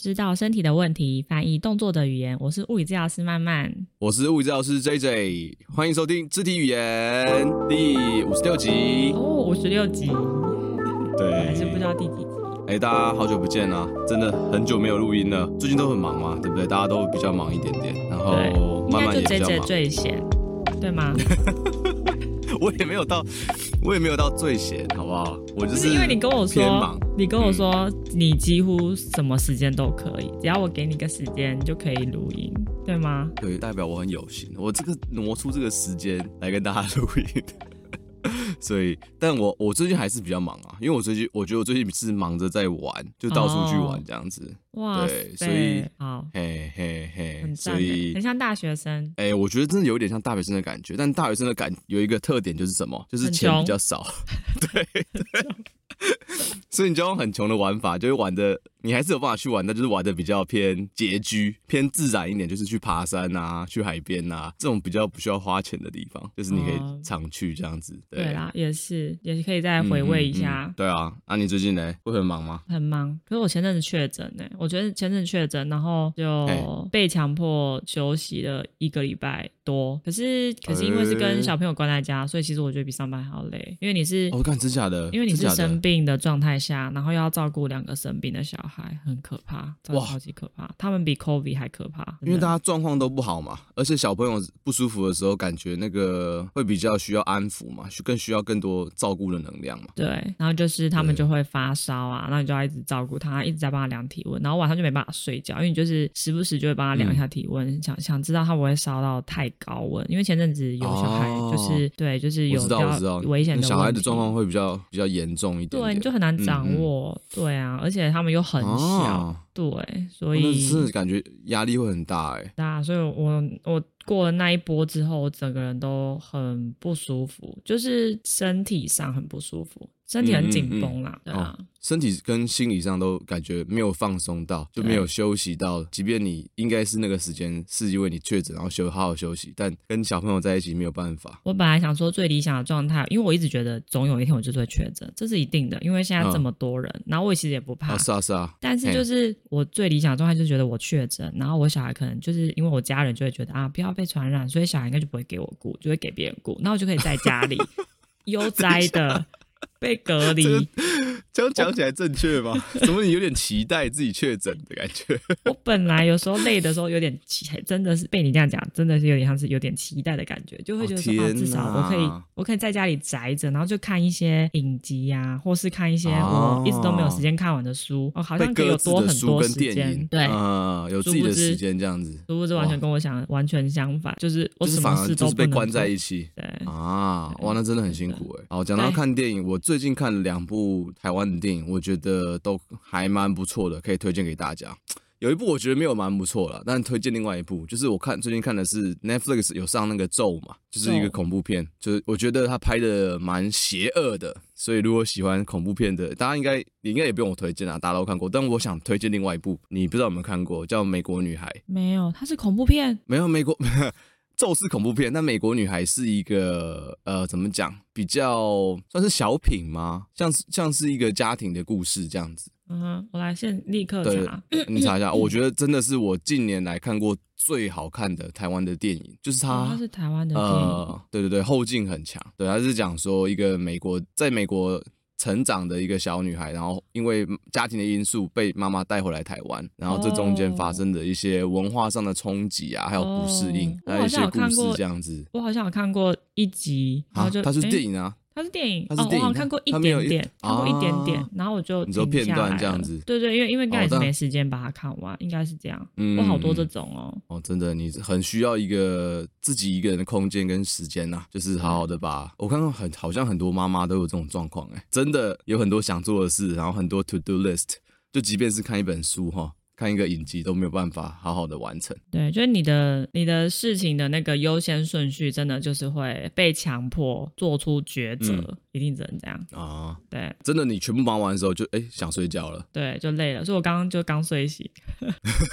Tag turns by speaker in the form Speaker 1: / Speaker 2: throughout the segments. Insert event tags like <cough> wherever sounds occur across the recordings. Speaker 1: 知道身体的问题，翻译动作的语言。我是物理治疗师曼曼。
Speaker 2: 我是物理治疗师 J J，欢迎收听肢体语言第五十六集。
Speaker 1: 哦，五十六集，
Speaker 2: 对，
Speaker 1: 还是不知道第几集。
Speaker 2: 哎、大家好久不见啦，真的很久没有录音了。最近都很忙嘛，对不对？大家都比较忙一点点，
Speaker 1: 对，
Speaker 2: 然后
Speaker 1: 应
Speaker 2: 哦慢
Speaker 1: 该
Speaker 2: 慢
Speaker 1: 就
Speaker 2: 也比
Speaker 1: J
Speaker 2: 较
Speaker 1: J
Speaker 2: 忙。
Speaker 1: 最闲，对
Speaker 2: <laughs>
Speaker 1: 吗？
Speaker 2: 我也没有到，我也没有到最闲，好不好？我
Speaker 1: 就
Speaker 2: 就
Speaker 1: 是是因为你跟我
Speaker 2: 偏
Speaker 1: 说
Speaker 2: 忙，嗯
Speaker 1: 你跟我说你几乎什么时间都可以，只要我给你个时间就可以录音，对吗？
Speaker 2: 对，代表我很有心，我这个挪出这个时间来跟大家录音。 <laughs> 所以，但我我最近还是比较忙啊，因为我最近我觉得我最近是忙着在玩，就到处去
Speaker 1: 哦
Speaker 2: 玩这样子。
Speaker 1: 哇塞
Speaker 2: 对，所以
Speaker 1: 好，
Speaker 2: 嘿嘿嘿，
Speaker 1: 很赞
Speaker 2: 所
Speaker 1: 耶，
Speaker 2: 以
Speaker 1: 很像大学生。
Speaker 2: 哎、我觉得真的有点像大学生的感觉，但大学生的感有一个特点就是什么？就是
Speaker 1: 很
Speaker 2: 钱
Speaker 1: 穷
Speaker 2: 比较少， <laughs> 对对，所以你就用很穷的玩法，就会玩的，你还是有办法去玩，但就是玩的比较偏拮据、偏自然一点，就是去爬山啊、去海边啊这种比较不需要花钱的地方，就是你可
Speaker 1: 哦
Speaker 2: 以常去这样子。
Speaker 1: 对
Speaker 2: 啊，
Speaker 1: 啦，也是，也是可以再
Speaker 2: 嗯
Speaker 1: 回味一
Speaker 2: 嗯嗯
Speaker 1: 下。
Speaker 2: 对啊，那、你最近呢？会很忙吗？
Speaker 1: 很忙，可是我前阵子确诊呢，我觉得前阵子确诊，然后
Speaker 2: 哎
Speaker 1: 就被强迫休息了一个礼拜多。可是，可是因为是跟
Speaker 2: 哎
Speaker 1: 小朋友关在家，所以其实我觉得比上班还要累，因为你是
Speaker 2: 哦，干真假的？
Speaker 1: 因为你
Speaker 2: 真
Speaker 1: 是
Speaker 2: 假的
Speaker 1: 生病的状态下，然后又要照顾两个生病的小孩，很可怕，真的
Speaker 2: 哇
Speaker 1: 超级可怕。他们比 COVID 还可怕，
Speaker 2: 因为大
Speaker 1: 家
Speaker 2: 家状况都不好嘛，而且小朋友不舒服的时候，感觉那个会比较需要安抚嘛，需更需要更多照顾的能量嘛。
Speaker 1: 对，然后就是他们
Speaker 2: 对
Speaker 1: 就会发烧啊，然后你就要一直照顾他，一直在帮他量体温，然后晚上就没办法睡觉，因为你就是时不时就会帮他量一下体温，想想知道他不会烧到太高温，因为前阵子有小孩
Speaker 2: 哦
Speaker 1: 就是、对，就是
Speaker 2: 我
Speaker 1: 有
Speaker 2: 知
Speaker 1: 比
Speaker 2: 道，我知道
Speaker 1: 较，危险
Speaker 2: 那
Speaker 1: 的
Speaker 2: 小孩的
Speaker 1: 问题
Speaker 2: 状况会比较比较严重一点
Speaker 1: 对，
Speaker 2: 点
Speaker 1: 你就很难掌
Speaker 2: 嗯嗯
Speaker 1: 握，对啊，而且他们又很小，
Speaker 2: 哦
Speaker 1: 对，所
Speaker 2: 那
Speaker 1: 以
Speaker 2: 真的感觉压力会很大哎、
Speaker 1: 大，啊所以我我过了那一波之后，我整个人都很不舒服，就是身体上很不舒服，身体很紧绷啦，对啊。
Speaker 2: 嗯哦，身体跟心理上都感觉没有放松到，就
Speaker 1: 对
Speaker 2: 没有休息到。即便你应该是那个时间是因为你确诊，然后休好好休息，但跟小朋友在一起没有办法。
Speaker 1: 我本来想说最理想的状态，因为我一直觉得总有一天我就是会确诊，这是一定的，因为现在这么多人，然后我其实也不怕。
Speaker 2: 啊，是啊，是啊，
Speaker 1: 但是就是我最理想的状态，就是觉得我确诊，然后我小孩可能就是因为我家人就会觉得啊，不要被传染，所以小孩应该就不会给我顾，就会给别人顾，那我就可以在家里悠哉的被隔离。
Speaker 2: 这样讲起来正确 <laughs> 吗？怎么你有点期待自己确诊的感 <laughs> 觉？
Speaker 1: 我本来有时候累的时候有点期，真的是被你这样讲，真的是有点像是有点期待的感觉，就会觉得说、
Speaker 2: 哦
Speaker 1: 啊，
Speaker 2: 天
Speaker 1: 至少我可以
Speaker 2: 哪，
Speaker 1: 我可以在家里宅着，然后就看一些影集呀、或是看一些
Speaker 2: 哦
Speaker 1: 我一直都没有时间看完的书，哦，好
Speaker 2: 被
Speaker 1: 像可以
Speaker 2: 各
Speaker 1: 有
Speaker 2: 自
Speaker 1: 多
Speaker 2: 的
Speaker 1: 很
Speaker 2: 书
Speaker 1: 多
Speaker 2: 跟
Speaker 1: 时
Speaker 2: 电
Speaker 1: 间
Speaker 2: 影，，
Speaker 1: 对。
Speaker 2: 嗯，有自己的时间这样子，
Speaker 1: 殊不知完全
Speaker 2: 哇
Speaker 1: 跟我想的完全相反，就是我
Speaker 2: 就是
Speaker 1: 什
Speaker 2: 反
Speaker 1: 么
Speaker 2: 而
Speaker 1: 事
Speaker 2: 就
Speaker 1: 都
Speaker 2: 是
Speaker 1: 不
Speaker 2: 被
Speaker 1: 能
Speaker 2: 关在
Speaker 1: 起。
Speaker 2: 一起
Speaker 1: 对，
Speaker 2: 啊，哇，那真的很辛苦哎。好，讲到
Speaker 1: 对
Speaker 2: 看电影，我最近看了两部台湾的电影，我觉得都还蛮不错的，可以推荐给大家。有一部我觉得没有蛮不错了，但推荐另外一部，就是我看最近看的是 Netflix 有上那个咒嘛，就是一个
Speaker 1: 咒
Speaker 2: 恐怖片，就是我觉得他拍的蛮邪恶的，所以如果喜欢恐怖片的，大家应该你应该也不用我推荐啊，大家都看过。但我想推荐另外一部，你不知道有没有看过，叫《美国女孩》。
Speaker 1: 没有，它是恐怖片，
Speaker 2: 没有美国， <laughs> 咒是恐怖片，但美国女孩是一个呃，怎么讲，比较算是小品吗？像是像是一个家庭的故事这样子。
Speaker 1: 嗯哼，我来现立刻
Speaker 2: 对
Speaker 1: 查，
Speaker 2: 你查一
Speaker 1: 嗯
Speaker 2: 下，我觉得真的是我近年来看过最好看的台湾的电影，就是
Speaker 1: 哦
Speaker 2: 它。
Speaker 1: 它是台湾的电影，
Speaker 2: 呃，对对对，后劲很强。对，他是讲说一个美国在美国成长的一个小女孩，然后因为家庭的因素被妈妈带回来台湾，然后这中间发生的一些文化上的冲击啊，还有不适应
Speaker 1: 哦，
Speaker 2: 还有一些
Speaker 1: 我好像有
Speaker 2: 故
Speaker 1: 看
Speaker 2: 事
Speaker 1: 过
Speaker 2: 这样子。
Speaker 1: 我好像有看过一集，然
Speaker 2: 啊
Speaker 1: 后就，
Speaker 2: 它是
Speaker 1: 诶
Speaker 2: 电影啊，
Speaker 1: 它是电影，
Speaker 2: 它是电影
Speaker 1: 哦，我好像
Speaker 2: 它
Speaker 1: 看过一
Speaker 2: 它没有
Speaker 1: 点
Speaker 2: 一
Speaker 1: 点，看过一点点
Speaker 2: 啊，
Speaker 1: 然后我就
Speaker 2: 你说
Speaker 1: 停
Speaker 2: 片
Speaker 1: 下
Speaker 2: 段
Speaker 1: 来
Speaker 2: 这样
Speaker 1: 了
Speaker 2: 子
Speaker 1: 对对，因为因为刚才
Speaker 2: 哦
Speaker 1: 也是
Speaker 2: 但
Speaker 1: 没时间把它看完，应该是这样。
Speaker 2: 嗯
Speaker 1: 我好多这种哦，
Speaker 2: 哦，真的，你很需要一个自己一个人的空间跟时间呐、就是好好的把。我看到很好像很多妈妈都有这种状况，哎，真的有很多想做的事，然后很多 to do list，就即便是看一本书哈，看一个影集都没有办法好好的完成。
Speaker 1: 对，就是你的你的事情的那个优先顺序，真的就是会被强迫做出抉择，
Speaker 2: 嗯
Speaker 1: 一定只能这样。
Speaker 2: 啊，
Speaker 1: 对
Speaker 2: 真的，你全部忙完的时候就哎、想睡觉了，
Speaker 1: 对，就累了，所以我刚刚就刚睡醒，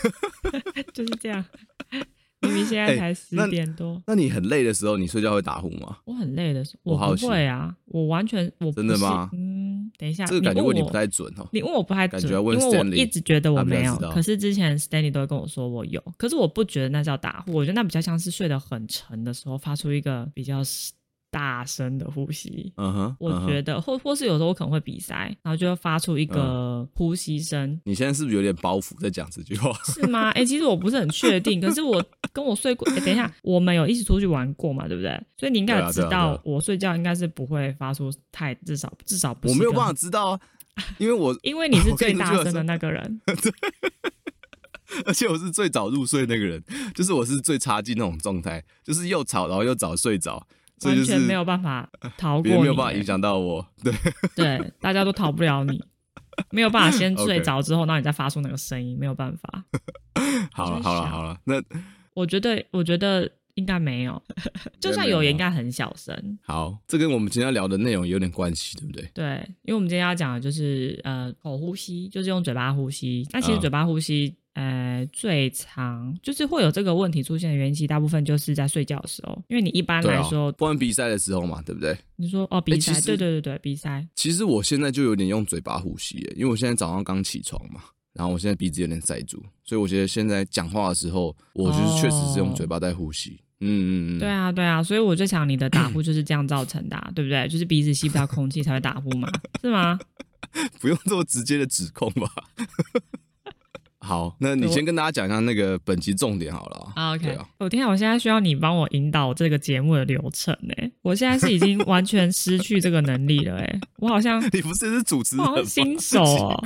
Speaker 1: <laughs> 就是这样。明明现在
Speaker 2: 哎
Speaker 1: 才十
Speaker 2: 那
Speaker 1: 点多，
Speaker 2: 那你很累的时候，你睡觉会打呼吗？
Speaker 1: 我很累的时候，
Speaker 2: 我
Speaker 1: 我
Speaker 2: 好
Speaker 1: 不
Speaker 2: 奇
Speaker 1: 会啊，我完全我不
Speaker 2: 真的
Speaker 1: 是
Speaker 2: 吗
Speaker 1: 嗯，等一下，
Speaker 2: 这个感觉问
Speaker 1: 你
Speaker 2: 你
Speaker 1: 问
Speaker 2: 不
Speaker 1: 我
Speaker 2: 太准哦。
Speaker 1: 你问我不太
Speaker 2: 感
Speaker 1: 准，
Speaker 2: 觉要
Speaker 1: 因
Speaker 2: 问
Speaker 1: 为我
Speaker 2: Stanley，
Speaker 1: 一直觉得我
Speaker 2: 他比较
Speaker 1: 没有
Speaker 2: 知道，
Speaker 1: 可是之前 Stanley 都会跟我说我有，可是我不觉得那叫打呼，我觉得那比较像是睡得很沉的时候发出一个比较大声的呼吸。
Speaker 2: 嗯哼，
Speaker 1: 我
Speaker 2: 嗯哼
Speaker 1: 觉得，或或是有时候我可能会鼻塞，然后就会发出一
Speaker 2: 嗯
Speaker 1: 个呼吸声，
Speaker 2: 你现在是不是有点包袱在讲这
Speaker 1: <laughs>
Speaker 2: 句话？
Speaker 1: 是吗？哎、其实我不是很确定，可是我跟我睡过、诶等一下，我们有一起出去玩过嘛，对不对？所以你应该
Speaker 2: 对
Speaker 1: 有
Speaker 2: 啊
Speaker 1: 知
Speaker 2: 对啊对
Speaker 1: 道
Speaker 2: 啊，
Speaker 1: 我睡觉应该是不会发出太至少至少不
Speaker 2: 我
Speaker 1: 是
Speaker 2: 没有
Speaker 1: 个
Speaker 2: 办法，知道啊，因为我
Speaker 1: 因为你是
Speaker 2: <laughs> 我跟
Speaker 1: 最
Speaker 2: 你
Speaker 1: 大
Speaker 2: 说
Speaker 1: 声的
Speaker 2: 是
Speaker 1: 那个人。
Speaker 2: 而且我是最早入睡那个人，就是我是最差劲那种状态，就是又吵然后又早睡着，所以
Speaker 1: 完
Speaker 2: 就是
Speaker 1: 全没有办法逃过
Speaker 2: 别
Speaker 1: 你，
Speaker 2: 人没有办法影响到我。 <laughs> 对，
Speaker 1: 对，大家都逃不了你，没有办法先
Speaker 2: <laughs> OK
Speaker 1: 睡着之后，然后你再发出那个声音，没有办法。
Speaker 2: 好了
Speaker 1: 真
Speaker 2: 好了
Speaker 1: 傻
Speaker 2: 好了，那
Speaker 1: 我觉得，我觉得应该没有，就算
Speaker 2: 啊
Speaker 1: 有也应该很小声。
Speaker 2: 好，这跟我们今天要聊的内容有点关系，对不对？
Speaker 1: 对，因为我们今天要讲的就是呃口呼吸，就是用嘴巴呼吸。那其实
Speaker 2: 嗯
Speaker 1: 嘴巴呼吸，呃，最常就是会有这个问题出现的原因，其实大部分就是在睡觉的时候，因为你一般
Speaker 2: 对
Speaker 1: 来
Speaker 2: 啊
Speaker 1: 说，，
Speaker 2: 不然比赛的时候嘛，对不对？
Speaker 1: 你说哦鼻
Speaker 2: 诶
Speaker 1: 塞
Speaker 2: 其，实
Speaker 1: 对对对对，鼻塞，
Speaker 2: 其实我现在就有点用嘴巴呼吸耶，因为我现在早上刚起床嘛，然后我现在鼻子有点塞住，所以我觉得现在讲话的时候，我就是确实是用
Speaker 1: 哦
Speaker 2: 嘴巴在呼吸。嗯嗯嗯，
Speaker 1: 对啊，对啊，所以我就想你的打呼就是这样造成的、
Speaker 2: <clears throat>
Speaker 1: 啊，对不对？就是鼻子吸不到空气才会打呼
Speaker 2: <laughs>
Speaker 1: 嘛，是吗？
Speaker 2: 不用这么直接的指控吧。 <laughs> 好，那你先跟大家讲一下那个本集重点好了啊。
Speaker 1: 啊，OK，
Speaker 2: 对啊，
Speaker 1: 我天啊，我现在需要你帮我引导这个节目的流程哎、我现在是已经完全失去这个能力了哎、我好像
Speaker 2: 你不是是主持
Speaker 1: 我
Speaker 2: 人
Speaker 1: 好
Speaker 2: 吗
Speaker 1: 像？新手
Speaker 2: <laughs>
Speaker 1: 哦、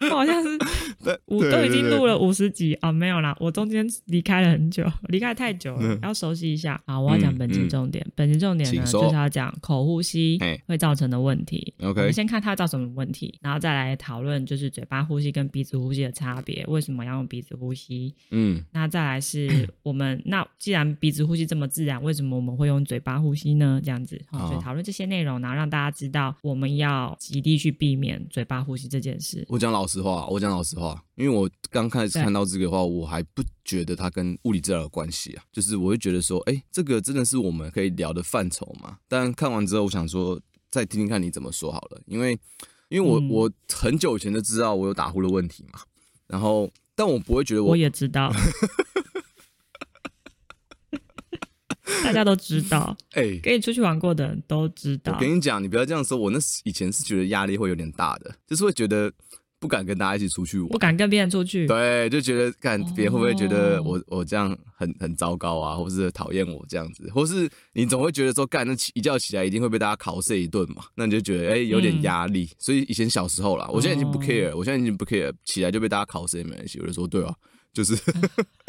Speaker 1: 我好像是
Speaker 2: 对
Speaker 1: 我
Speaker 2: 对
Speaker 1: 都已
Speaker 2: 对
Speaker 1: 经
Speaker 2: 对
Speaker 1: 录了五十集啊、没有啦，我中间离开了很久， <laughs> 离开太久了，要熟悉一下。好，我要讲
Speaker 2: 嗯
Speaker 1: 本集
Speaker 2: 嗯
Speaker 1: 重点，本集重点呢
Speaker 2: 请
Speaker 1: 就
Speaker 2: 说
Speaker 1: 是要讲口呼吸
Speaker 2: 嘿
Speaker 1: 会造成的问题。
Speaker 2: OK
Speaker 1: 我们先看它造成的问题，然后再来讨论就是嘴巴呼吸跟鼻子呼吸的差别，为什么要用鼻子呼吸？
Speaker 2: 嗯，
Speaker 1: 那再来
Speaker 2: <clears throat>
Speaker 1: 是我们那既然鼻子呼吸这么自然，为什么我们会用嘴巴呼吸呢？这样子，哦、所以
Speaker 2: 好
Speaker 1: 讨论这些内容，然后让大家知道我们要极力去避免嘴巴呼吸这件事。
Speaker 2: 我讲老实话，我讲老实话，因为我刚开始
Speaker 1: 对
Speaker 2: 看到这个的话，我还不觉得它跟物理治疗有关系啊，就是我会觉得说，哎、这个真的是我们可以聊的范畴嘛？但看完之后，我想说再听听看你怎么说好了，因为因为我、
Speaker 1: 嗯
Speaker 2: 我很久以前就知道我有打呼的问题嘛，然后但我不会觉得我
Speaker 1: 我也知道， <laughs> 大家都知道，
Speaker 2: 哎、
Speaker 1: 跟你出去玩过的人都知
Speaker 2: 我
Speaker 1: 道。
Speaker 2: 跟你讲，你不要这样说。我那时以前是觉得压力会有点大的，就是会觉得不敢跟大家一起出去玩
Speaker 1: 不，敢跟别人出去，
Speaker 2: 对，就觉得看别人会不会觉得
Speaker 1: 哦
Speaker 2: 我我这样很很糟糕啊，或是讨厌我这样子，或是你总会觉得说干那起一觉起来一定会被大家拷射一顿嘛，那你就觉得哎、有点压力。所以以前小时候啦，我现在已经不
Speaker 1: 嗯哦
Speaker 2: care，、我现在已经不 care，起来就被大家拷射也没关系。我就说对啊，就是，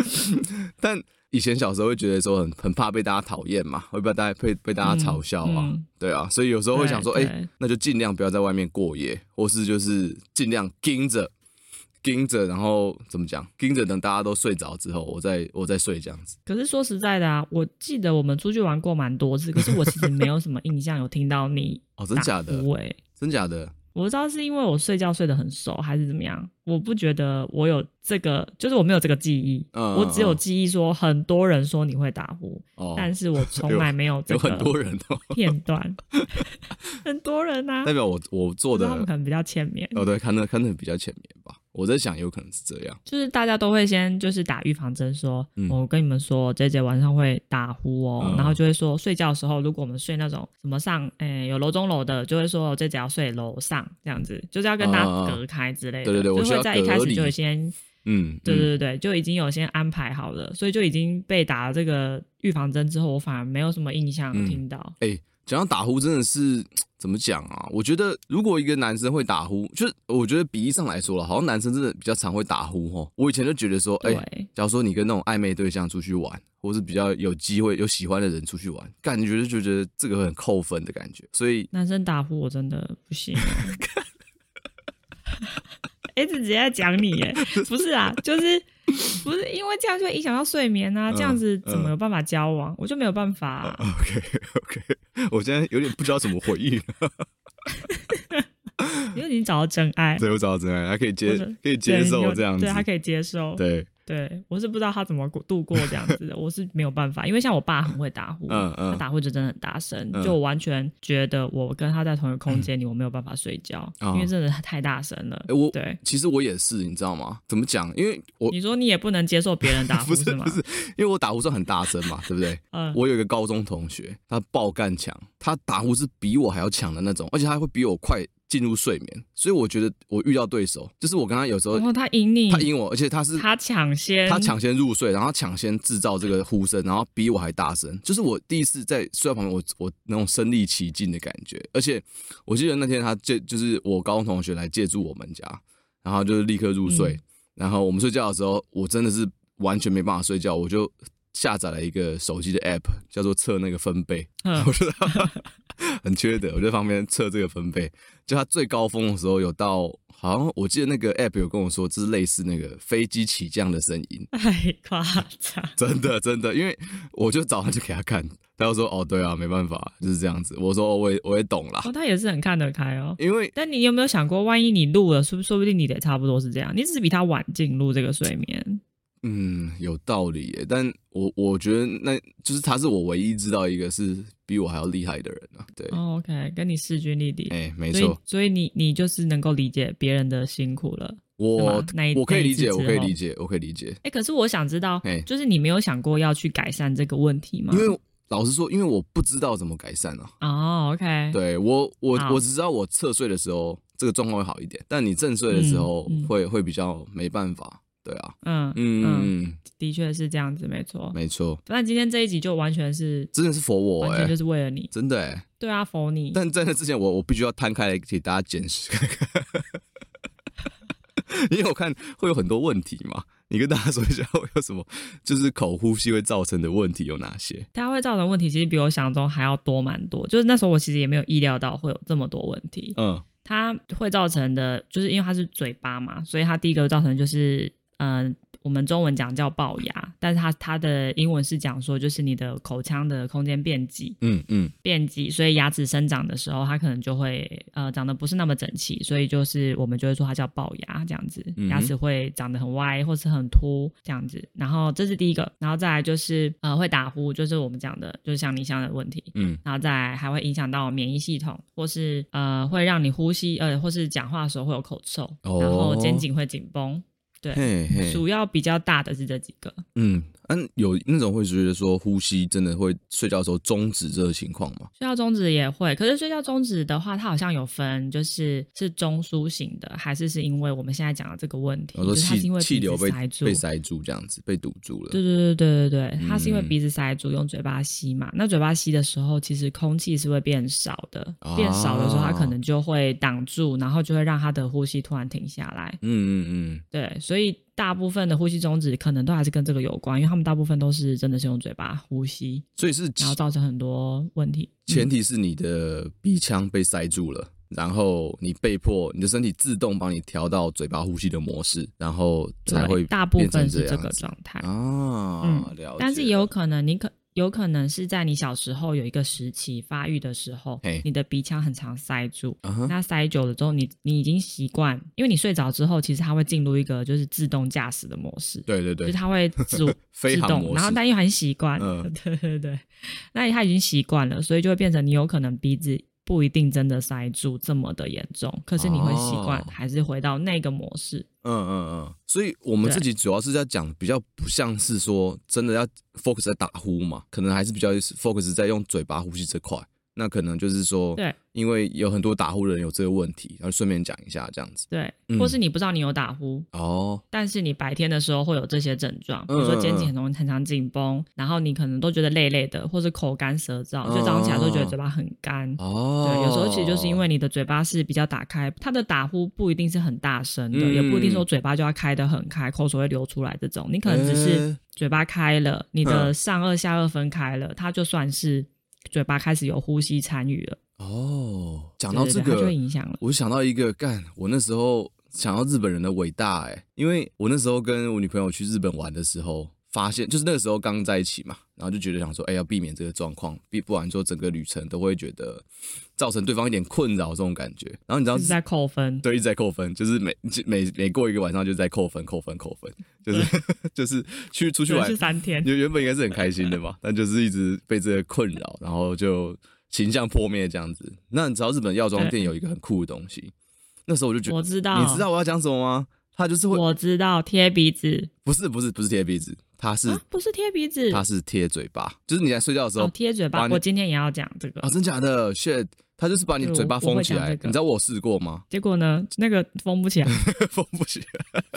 Speaker 1: <laughs>
Speaker 2: 但以前小时候会觉得说很很怕被大家讨厌嘛，会被大家被被大家嘲笑啊，
Speaker 1: 嗯嗯
Speaker 2: 对啊，所以有时候会想说，哎、
Speaker 1: 对对
Speaker 2: 那就尽量不要在外面过夜，或是就是尽量盯着。盯着，然后怎么讲？盯着等大家都睡着之后，我再我再睡这样子。
Speaker 1: 可是说实在的啊，我记得我们出去玩过蛮多次，可是我其实没有什么印象有听到你
Speaker 2: 哦， <laughs> 真假
Speaker 1: 打
Speaker 2: 的？
Speaker 1: 呼欸
Speaker 2: 真假的？
Speaker 1: 我不知道是因为我睡觉睡得很熟，还是怎么样，我不觉得我有这个，就是我没有这个记忆，
Speaker 2: 嗯
Speaker 1: 我只有记忆说很多人说你会打呼，
Speaker 2: 哦，
Speaker 1: 但是我从来没有这
Speaker 2: <laughs> 有
Speaker 1: 个
Speaker 2: 很多人哦， <laughs>
Speaker 1: 片段， <laughs> 很多人呐、
Speaker 2: 代表我我做
Speaker 1: 可是
Speaker 2: 的
Speaker 1: 他们可能比较浅眠，
Speaker 2: 哦，对，看的看的比较浅眠吧。我在想，有可能是这样。
Speaker 1: 就是大家都会先就是打预防针说，哦
Speaker 2: 嗯
Speaker 1: 我跟你们说，J J 晚上会打呼哦，
Speaker 2: 嗯
Speaker 1: 然后就会说睡觉的时候，如果我们睡那种什么上，诶、有楼中楼的，就会说 J J 要睡楼上这样子，就是要跟大
Speaker 2: 嗯嗯
Speaker 1: 家
Speaker 2: 嗯
Speaker 1: 隔开之类的，
Speaker 2: 对对对我
Speaker 1: 就
Speaker 2: 需
Speaker 1: 会
Speaker 2: 要
Speaker 1: 在一开
Speaker 2: 隔
Speaker 1: 始
Speaker 2: 离
Speaker 1: 就先，
Speaker 2: 嗯，
Speaker 1: 对对
Speaker 2: 嗯
Speaker 1: 对对，就已经有先安排好了，所以就已经被打了这个预防针之后，我反而没有什么印象
Speaker 2: 嗯
Speaker 1: 听到，
Speaker 2: 哎、讲到打呼，真的是怎么讲啊？我觉得如果一个男生会打呼，就是我觉得比例上来说了，好像男生真的比较常会打呼哦。我以前就觉得说，哎、
Speaker 1: 对。
Speaker 2: 假如说你跟那种暧昧对象出去玩，或是比较有机会有喜欢的人出去玩，感觉就觉得这个很扣分的感觉。所以
Speaker 1: 男生打呼我真的不
Speaker 2: <laughs>
Speaker 1: 行。哎、这直接在讲你
Speaker 2: <laughs>
Speaker 1: 耶，不是啊，就是不是因为这样就会影响到睡眠啊？
Speaker 2: 嗯
Speaker 1: 这样子怎么
Speaker 2: 嗯
Speaker 1: 有办法交往？我就没有办法、啊。
Speaker 2: ，OK OK，我 <laughs> 现在有点不知道怎么回应。
Speaker 1: 因为你找到真爱，
Speaker 2: <laughs> 对，我找到真爱，他可以接
Speaker 1: 或者
Speaker 2: 嗯可以接受这样子
Speaker 1: 对，他，可以接受。
Speaker 2: 对，
Speaker 1: 对我是不知道他怎么过度过这样子的，我是没有办法，因为像我爸很会打呼，
Speaker 2: 嗯嗯
Speaker 1: 他打呼就真的很大声，
Speaker 2: 嗯
Speaker 1: 就我完全觉得我跟他在同一个空间里，我没有办法睡觉，
Speaker 2: 哦
Speaker 1: 因为真的太大声了。
Speaker 2: 哎我
Speaker 1: 对，
Speaker 2: 其实我也是，你知道吗？怎么讲？因为我
Speaker 1: 你说你也不能接受别人
Speaker 2: <laughs>
Speaker 1: 打呼
Speaker 2: 不是
Speaker 1: 吗
Speaker 2: 不？是，因为我打呼声很大声嘛，对不对？
Speaker 1: 嗯，
Speaker 2: 我有一个高中同学，他爆干强，他打呼是比我还要强的那种，而且他会比我快进入睡眠，所以我觉得我遇到对手，就是我跟他有时候
Speaker 1: 然后哦他赢你，
Speaker 2: 他赢我，而且他是
Speaker 1: 他抢先，
Speaker 2: 他抢先入睡，然后抢先制造这个呼声，然后比我还大声。就是我第一次在睡在旁边，我我那种身临其境的感觉。而且我记得那天他借，就是我高中同学来借住我们家，然后就是立刻入睡。
Speaker 1: 嗯
Speaker 2: 然后我们睡觉的时候，我真的是完全没办法睡觉，我就下载了一个手机的 app，叫做测那个分贝。
Speaker 1: 嗯
Speaker 2: <laughs>
Speaker 1: <laughs>
Speaker 2: 我觉得很缺德，我就在旁边测这个分贝。就它最高峰的时候有到，好像我记得那个 app 有跟我说，这是类似那个飞机起降的声音，
Speaker 1: 太夸张。
Speaker 2: 真的真的，因为我就早上就给他看，他就说哦对啊，没办法，就是这样子。我说哦我也我也懂啦，
Speaker 1: 哦，他也是很看得开哦。
Speaker 2: 因为
Speaker 1: 但你有没有想过，万一你录了，说不说不定你得差不多是这样，你只是比他晚进入这个睡眠。
Speaker 2: 嗯有道理耶，但我我觉得那就是他是我唯一知道一个是比我还要厉害的人啊，对，
Speaker 1: 哦、OK，跟你势均力敌。
Speaker 2: 哎、没
Speaker 1: 所以
Speaker 2: 错，，
Speaker 1: 所以你你就是能够理解别人的辛苦了。
Speaker 2: 我
Speaker 1: 那一
Speaker 2: 我可以
Speaker 1: 那一
Speaker 2: 理解，
Speaker 1: 次之
Speaker 2: 我可以
Speaker 1: 后
Speaker 2: 理解，我可以理解，
Speaker 1: 哎、可是我想知道
Speaker 2: 哎，
Speaker 1: 就是你没有想过要去改善这个问题吗？
Speaker 2: 因为老实说，因为我不知道怎么改善啊。
Speaker 1: 哦，OK，，
Speaker 2: 对我，我
Speaker 1: 好
Speaker 2: 我只知道我侧睡的时候这个状况会好一点，但你正睡的时候
Speaker 1: 嗯嗯
Speaker 2: 会、会比较没办法。对啊，
Speaker 1: 嗯嗯，
Speaker 2: 嗯，
Speaker 1: 的确是这样子，没错。
Speaker 2: 没错，
Speaker 1: 那今天这一集就完全是，
Speaker 2: 真的是佛我
Speaker 1: 完
Speaker 2: 哎、
Speaker 1: 全就是为了你，
Speaker 2: 真的哎、
Speaker 1: 对啊，否你。
Speaker 2: 但在那之前我，我必须要摊开来给大家解释看看， <laughs> 因为我看会有很多问题嘛。你跟大家说一下，会有什么就是口呼吸会造成的问题有哪些？
Speaker 1: 它会造成问题，其实比我想象中还要多蛮多。就是那时候我其实也没有意料到会有这么多问题。
Speaker 2: 嗯
Speaker 1: 它会造成的，就是因为它是嘴巴嘛，所以它第一个造成就是，嗯、我们中文讲叫龅牙，但是它它的英文是讲说，就是你的口腔的空间变挤，
Speaker 2: 嗯嗯
Speaker 1: 变挤，所以牙齿生长的时候，它可能就会呃长得不是那么整齐，所以就是我们就会说它叫龅牙这样子
Speaker 2: 嗯哼，
Speaker 1: 牙齿会长得很歪或是很凸这样子。然后这是第一个，然后再来就是呃会打呼，就是我们讲的就是像你想的问题。
Speaker 2: 嗯
Speaker 1: 然后再来还会影响到免疫系统，或是呃会让你呼吸呃或是讲话的时候会有口臭，
Speaker 2: 哦
Speaker 1: 然后肩颈会紧绷。对，
Speaker 2: 嘿嘿，
Speaker 1: 主要比较大的是这几个。
Speaker 2: 嗯嗯，有那种会觉得说呼吸真的会睡觉的时候终止这个情况吗？
Speaker 1: 睡觉中止也会，可是睡觉中止的话，它好像有分，就是是中枢型的，还是是因为我们现在讲的这个问题，
Speaker 2: 我
Speaker 1: 就
Speaker 2: 说
Speaker 1: 是它
Speaker 2: 气
Speaker 1: 是因为
Speaker 2: 气
Speaker 1: 鼻
Speaker 2: 流
Speaker 1: 子
Speaker 2: 被
Speaker 1: 塞住。
Speaker 2: 被塞住，这样子被堵住了。
Speaker 1: 对对对对对对，它是因为
Speaker 2: 嗯
Speaker 1: 鼻子塞住，用嘴巴吸嘛。那嘴巴吸的时候，其实空气是会变少的，
Speaker 2: 哦
Speaker 1: 变少的时候，它可能就会挡住，然后就会让它的呼吸突然停下来。
Speaker 2: 嗯嗯
Speaker 1: 对，所以大部分的呼吸中止可能都还是跟这个有关，因为他们大部分都是真的是用嘴巴呼吸，
Speaker 2: 嗯，所以是
Speaker 1: 然后造成很多问题。嗯
Speaker 2: 前提是你的鼻腔被塞住了，然后你被迫你的身体自动帮你调到嘴巴呼吸的模式，然后
Speaker 1: 对
Speaker 2: 才会
Speaker 1: 大部
Speaker 2: 变成
Speaker 1: 分是
Speaker 2: 这
Speaker 1: 这
Speaker 2: 样
Speaker 1: 个
Speaker 2: 子
Speaker 1: 状态。
Speaker 2: 啊，
Speaker 1: 嗯
Speaker 2: 了解。
Speaker 1: 但是也有可能，你可有可能是在你小时候有一个时期发育的时候
Speaker 2: 嘿，
Speaker 1: 你的鼻腔很常塞住。
Speaker 2: 啊哈
Speaker 1: 那塞久了之后，你你已经习惯，因为你睡着之后，其实它会进入一个就是自动驾驶的模式，
Speaker 2: 对对
Speaker 1: 就是
Speaker 2: 对，
Speaker 1: 它会自
Speaker 2: <laughs> 飞
Speaker 1: 自
Speaker 2: 行模
Speaker 1: 动，
Speaker 2: 式
Speaker 1: 然后但又很习惯，
Speaker 2: 嗯
Speaker 1: <laughs> 对对对，那它已经习惯了，所以就会变成你有可能鼻子不一定真的塞住这么的严重，可是你会习惯，
Speaker 2: 哦
Speaker 1: 还是回到那个模式。
Speaker 2: 嗯嗯嗯。所以我们
Speaker 1: 对
Speaker 2: 自己主要是在讲比较不像是说真的要 focus 在打呼嘛，可能还是比较 focus 在用嘴巴呼吸这块。那可能就是说，
Speaker 1: 对
Speaker 2: 因为有很多打呼的人有这个问题，然后顺便讲一下这样子。
Speaker 1: 对，
Speaker 2: 嗯
Speaker 1: 或是你不知道你有打呼，
Speaker 2: 哦，
Speaker 1: 但是你白天的时候会有这些症状，比如
Speaker 2: 嗯嗯
Speaker 1: 说
Speaker 2: 嗯
Speaker 1: 肩颈很容易很常紧绷，然后你可能都觉得累累的，或是口干舌燥，就早上起来都觉得嘴巴很干。
Speaker 2: 哦，
Speaker 1: 对，有时候其实就是因为你的嘴巴是比较打开，它的打呼不一定是很大声的，
Speaker 2: 嗯
Speaker 1: 也不一定说嘴巴就要开得很开，口水会流出来这种。你可能只是
Speaker 2: 诶
Speaker 1: 嘴巴开了，你的上颚下颚分开了，它就算是嘴巴开始有呼吸参与了，
Speaker 2: 哦，讲
Speaker 1: 对
Speaker 2: 到
Speaker 1: 对
Speaker 2: 这
Speaker 1: 对，它就
Speaker 2: 个
Speaker 1: 会，影响了。
Speaker 2: 我想到一个，干，我那时候想到日本人的伟大、欸，因为我那时候跟我女朋友去日本玩的时候，发现，就是那个时候刚在一起嘛，然后就觉得想说，哎、要避免这个状况，避不然说整个旅程都会觉得造成对方一点困扰这种感觉。然后你知道
Speaker 1: 就是在扣分。
Speaker 2: 对，一直在扣分，就是每每每过一个晚上就在扣分，扣分，扣分，就是 <laughs> 就是去出去
Speaker 1: 对，
Speaker 2: 玩
Speaker 1: 是，三天，
Speaker 2: 原原本应该是很开心的嘛，但就是一直被这个困扰，然后就形象破灭这样子。那你知道日本药妆店有一个很酷的东西，那时候我就觉得，
Speaker 1: 我知道，
Speaker 2: 你知道我要讲什么吗？它就是会，
Speaker 1: 我知道贴鼻子
Speaker 2: 不是不是不是贴鼻子，它是、
Speaker 1: 啊，不是贴鼻子，
Speaker 2: 它是贴嘴巴，就是你在睡觉的时候
Speaker 1: 哦，贴嘴
Speaker 2: 把
Speaker 1: 巴。
Speaker 2: 你
Speaker 1: 我今天也要讲这个
Speaker 2: 啊，，真假的，shit，它就是把你
Speaker 1: 对
Speaker 2: 嘴巴
Speaker 1: 我
Speaker 2: 封
Speaker 1: 我会
Speaker 2: 起
Speaker 1: 讲
Speaker 2: 来。
Speaker 1: 这个
Speaker 2: 你知道我试过
Speaker 1: <laughs>
Speaker 2: 吗？ <laughs>
Speaker 1: 结果呢，那个封不起来，
Speaker 2: 封不起来。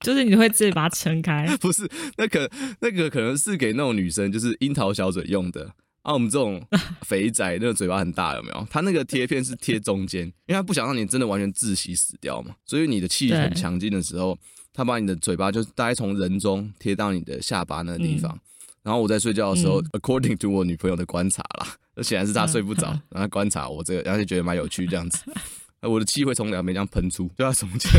Speaker 1: 就是你会自己把它撑
Speaker 2: <laughs>
Speaker 1: 开。
Speaker 2: 不是，那可那个可能是给那种女生，就是樱桃小嘴用的。啊，我们这种肥仔，那个嘴巴很大，有没有？他那个贴片是贴中间，因为他不想让你真的完全窒息死掉嘛。所以你的气
Speaker 1: 对
Speaker 2: 很强劲的时候，他把你的嘴巴就大概从人中贴到你的下巴那个地方。然后我在睡觉的时候、a c c o r d i n g to 我女朋友的观察啦， <laughs> 那显然是她睡不着，然后她观察我这个，然后就觉得蛮有趣这样子。呃我的气会从两边这样喷出，就它中
Speaker 1: <laughs>
Speaker 2: 间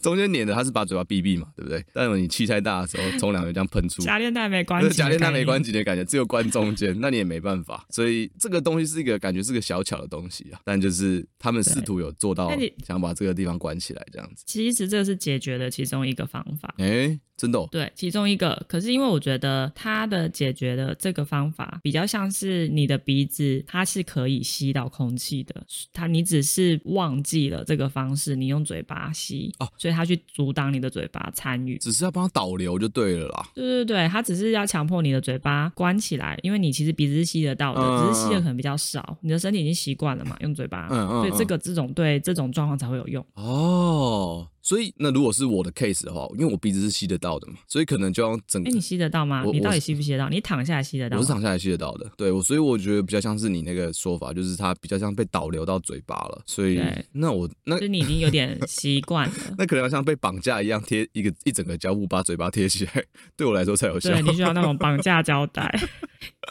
Speaker 2: 中间粘的，它是把嘴巴闭闭嘛，对不对？但是你气太大的时候，从两边这样喷出，
Speaker 1: 假链带没关
Speaker 2: 那
Speaker 1: 系，
Speaker 2: 假链它没关
Speaker 1: 系。
Speaker 2: 系的感觉，只有关中间，那你也没办法。所以这个东西是一个感觉是个小巧的东西啊，但就是他们试图有做到
Speaker 1: 那你
Speaker 2: 想把这个地方关起来这样子。
Speaker 1: 其实这是解决的其中一个方法。
Speaker 2: 哎，真的、哦，
Speaker 1: 对，其中一个，可是因为我觉得它的解决的这个方法比较像是你的鼻子，它是可以吸到空气的，它你只是忘记了这个方式，你用嘴巴吸，
Speaker 2: 哦
Speaker 1: 所以它去阻挡你的嘴巴参与。
Speaker 2: 只是要帮他导流就对了啦。
Speaker 1: 对对对，它只是要强迫你的嘴巴关起来，因为你其实鼻子是吸得到的，
Speaker 2: 嗯
Speaker 1: 只是吸的可能比较少，你的身体已经习惯了嘛，用嘴巴，
Speaker 2: 嗯嗯
Speaker 1: 所以这
Speaker 2: 嗯
Speaker 1: 个这种对这种状况才会有用。
Speaker 2: 哦，所以那如果是我的 case 的话，因为我鼻子是吸得到的嘛，所以可能就要整
Speaker 1: 哎，你吸得到吗？
Speaker 2: 我
Speaker 1: 你
Speaker 2: 我
Speaker 1: 到
Speaker 2: 是
Speaker 1: 底吸不吸得到？你躺下来吸得到
Speaker 2: 我
Speaker 1: 吗
Speaker 2: 是？躺下来吸得到的，对我，所以我觉得比较像是你那个说法，就是它比较像被导流到嘴巴了，所以
Speaker 1: 对
Speaker 2: 那我那
Speaker 1: 就是你已经有点习惯了。
Speaker 2: <laughs> 那可能要像被绑架一样贴一个一整个胶布把嘴巴贴起来，对我来说才有效。
Speaker 1: 对你需要那种绑架胶带，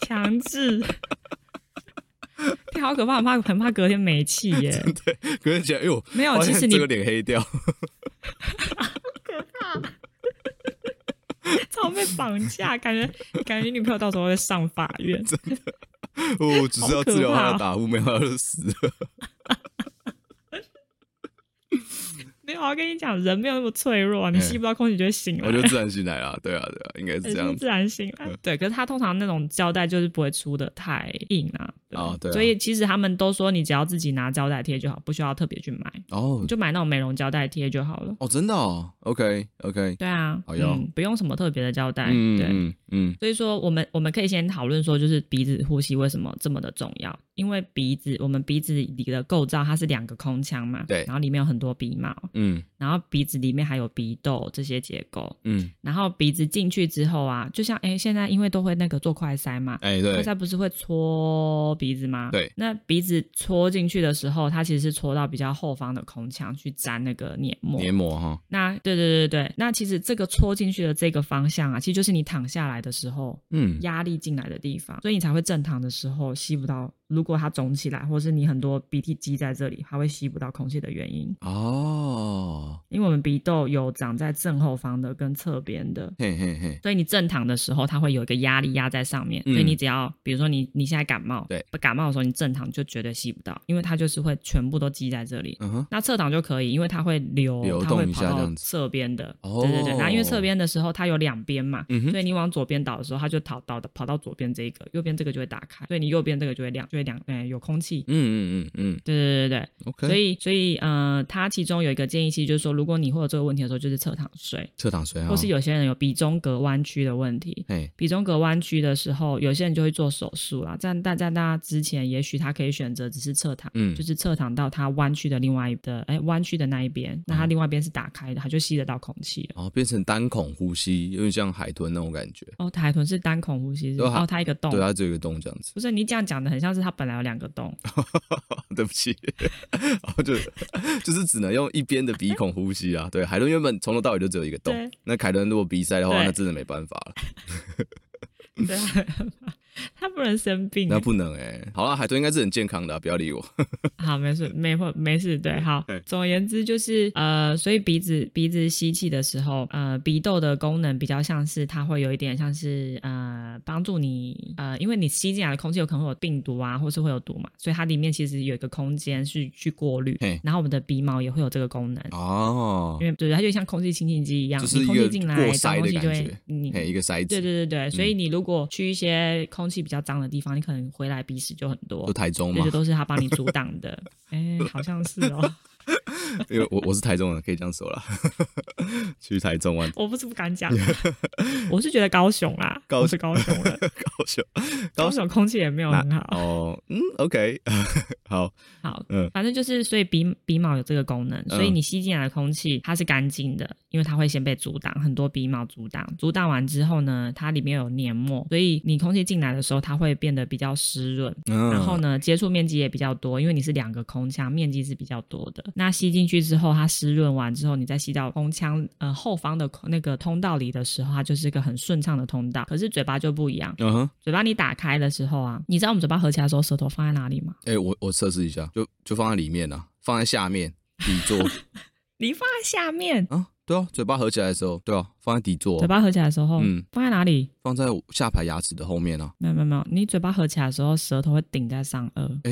Speaker 1: 强制。 <laughs> 天，好可怕，很怕很怕隔天没气耶。
Speaker 2: 可是觉得哎
Speaker 1: <laughs>
Speaker 2: 呦，
Speaker 1: 没有，
Speaker 2: 发
Speaker 1: 其实
Speaker 2: 现这
Speaker 1: 你
Speaker 2: 个脸
Speaker 1: <laughs>
Speaker 2: 黑掉，
Speaker 1: 超被绑架，感觉感觉你女朋友到时候会上法院。
Speaker 2: 我只是要治疗他的打呼，没有他就死
Speaker 1: <laughs>
Speaker 2: 了。
Speaker 1: 没有，我跟你讲，人没有那么脆弱，你吸不到空气就会醒来，
Speaker 2: 嗯我就自然醒来了，对啊，对啊，应该是这
Speaker 1: 人
Speaker 2: 样
Speaker 1: 是
Speaker 2: 子。嗯
Speaker 1: 自然醒来。对，可是他通常那种胶带就是不会出的太硬啊。
Speaker 2: 哦对啊
Speaker 1: 所以其实他们都说，你只要自己拿胶带贴就好，不需要特别去买，
Speaker 2: 哦
Speaker 1: 你就买那种美容胶带贴就好了。
Speaker 2: 哦，真的哦，OK OK，
Speaker 1: 对啊，
Speaker 2: 好哟
Speaker 1: 嗯，不用什么特别的胶带。
Speaker 2: 嗯
Speaker 1: 对。
Speaker 2: 嗯嗯，
Speaker 1: 所以说，我们我们可以先讨论说，就是鼻子呼吸为什么这么的重要？因为鼻子，我们鼻子里的构造它是两个空腔嘛，
Speaker 2: 对
Speaker 1: 然后里面有很多鼻毛，
Speaker 2: 嗯
Speaker 1: 然后鼻子里面还有鼻窦这些结构，
Speaker 2: 嗯，
Speaker 1: 然后鼻子进去之后啊，就像哎，诶现在因为都会那个做快塞嘛，
Speaker 2: 哎
Speaker 1: 快
Speaker 2: 对，
Speaker 1: 塞不是会搓鼻子吗？
Speaker 2: 对
Speaker 1: 那鼻子搓进去的时候，它其实是搓到比较后方的空腔去沾那个黏膜，
Speaker 2: 黏膜哈，
Speaker 1: 那对对对对，那其实这个戳进去的这个方向啊，其实就是你躺下来的时候
Speaker 2: 嗯
Speaker 1: 压力进来的地方，所以你才会正躺的时候吸不到。如果它肿起来，或是你很多鼻涕积在这里，它会吸不到空气的原因，
Speaker 2: 哦，
Speaker 1: 因为我们鼻窦有长在正后方的跟侧边的。
Speaker 2: 嘿嘿嘿，
Speaker 1: 所以你正躺的时候，它会有一个压力压在上面，
Speaker 2: 嗯
Speaker 1: 所以你只要比如说你你现在感冒，
Speaker 2: 对，
Speaker 1: 感冒的时候你正躺就绝对吸不到，因为它就是会全部都积在这里，
Speaker 2: 嗯哼，
Speaker 1: 那侧躺就可以，因为它会流，
Speaker 2: 流
Speaker 1: 它会
Speaker 2: 动一
Speaker 1: 跑
Speaker 2: 下这
Speaker 1: 到
Speaker 2: 样子
Speaker 1: 侧边的。
Speaker 2: 哦
Speaker 1: 对对对，那因为侧边的时候它有两边嘛，
Speaker 2: 嗯哼
Speaker 1: 所以你往左边倒的时候，它就跑到跑到左边这一个，右边这个就会打开，所以你右边这个就会两就会两嗯、有空气。
Speaker 2: 嗯嗯嗯
Speaker 1: 对对对对
Speaker 2: 嗯，OK，
Speaker 1: 对，所以所以呃，它其中有一个建议，其实就是说，如果你会有这个问题的时候，就是侧躺睡，
Speaker 2: 侧躺睡啊，
Speaker 1: 或是有些人有鼻中隔弯曲的问题，
Speaker 2: 嘿，
Speaker 1: 鼻中隔弯曲的时候，有些人就会做手术啦。但大家大家之前也许他可以选择只是侧躺，
Speaker 2: 嗯
Speaker 1: 就是侧躺到他弯曲的另外一的，哎，弯曲的那一边，
Speaker 2: 嗯
Speaker 1: 那他另外一边是打开的，他就吸得到空气了。
Speaker 2: 然后哦变成单孔呼吸，有点像海豚那种感觉，
Speaker 1: 哦，海豚是单孔呼吸，是
Speaker 2: 对
Speaker 1: 不是
Speaker 2: 它
Speaker 1: 哦，它一个洞
Speaker 2: 对，，啊它只有一个洞这样子。 <laughs> 哦
Speaker 1: 不是你这样讲的，很像是它本来有两个洞，
Speaker 2: 对不起， <laughs> 然后就 <laughs> 就是只能用一边的鼻孔呼吸啊。对，海豚原本从头到尾就只有一个洞
Speaker 1: 对，
Speaker 2: 那凯伦如果鼻塞的话，
Speaker 1: 对
Speaker 2: 那真的没办法了。
Speaker 1: 对，啊 <laughs> 他不能生病欸、
Speaker 2: 那不能哎、好了，海豚应该是很健康的啊、不要理我。
Speaker 1: <laughs> 好，没事，没会没事，对，好
Speaker 2: 对。
Speaker 1: 总而言之，就是呃，所以鼻子鼻子吸气的时候，呃，鼻窦的功能比较像是它会有一点像是呃，帮助你呃，因为你吸进来的空气有可能会有病毒啊，或是会有毒嘛，所以它里面其实有一个空间是去过滤
Speaker 2: 嘿，
Speaker 1: 然后我们的鼻毛也会有这个功能。
Speaker 2: 哦
Speaker 1: 因，为对，它就像空气清净机一样，
Speaker 2: 就是
Speaker 1: 你空
Speaker 2: 一
Speaker 1: 气
Speaker 2: 个
Speaker 1: 进来，
Speaker 2: 过
Speaker 1: 脏
Speaker 2: 筛
Speaker 1: 空
Speaker 2: 的
Speaker 1: 气就
Speaker 2: 感
Speaker 1: 会
Speaker 2: 觉
Speaker 1: 你
Speaker 2: 嘿，一嗯个塞子，
Speaker 1: 对对对对，所以你如果去一些空气比较脏的地方，你可能回来鼻屎就很多
Speaker 2: 就。台中
Speaker 1: 这
Speaker 2: 嘛
Speaker 1: 些，都是他帮你阻挡的。哎、好像是哦，
Speaker 2: <laughs> 因为我我是台中人，可以这样说啦。 <laughs> 去台中玩，
Speaker 1: 我不是不敢讲，我是觉得高雄啦，
Speaker 2: 高
Speaker 1: 我是高雄人，
Speaker 2: 高雄
Speaker 1: 高
Speaker 2: 高
Speaker 1: 雄空气也没有很好。
Speaker 2: 哦，嗯，OK，好， <laughs>
Speaker 1: 好，
Speaker 2: 嗯
Speaker 1: 反正就是，所以鼻鼻毛有这个功能，所以
Speaker 2: 嗯
Speaker 1: 你吸进来的空气它是干净的，因为它会先被阻挡，很多鼻毛阻挡，阻挡完之后呢，它里面有黏膜，所以你空气进来的时候，它会变得比较湿润，
Speaker 2: 嗯，
Speaker 1: 然后呢，接触面积也比较多，因为你是两个空腔，面积是比较多的。那吸进去之后，它湿润完之后，你再吸到空腔呃后方的空那个通道里的时候，它就是一个很顺畅的通道。可是嘴巴就不一样，
Speaker 2: 嗯哼，
Speaker 1: 嘴巴你打开的时候啊，你知道我们嘴巴合起来的时候，舌头放在哪里吗？
Speaker 2: 哎、我我测试一下，就就放在里面啊，放在下面底
Speaker 1: <laughs>
Speaker 2: 座
Speaker 1: 你放在下面，
Speaker 2: 啊，对啊，嘴巴合起来的时候，对啊，放在底座，
Speaker 1: 嘴巴合起来的时候，
Speaker 2: 嗯
Speaker 1: 放在哪里？
Speaker 2: 放在下排牙齿的后面啊，
Speaker 1: 没有没有没有，你嘴巴合起来的时候，舌头会顶在上颚。
Speaker 2: 哎、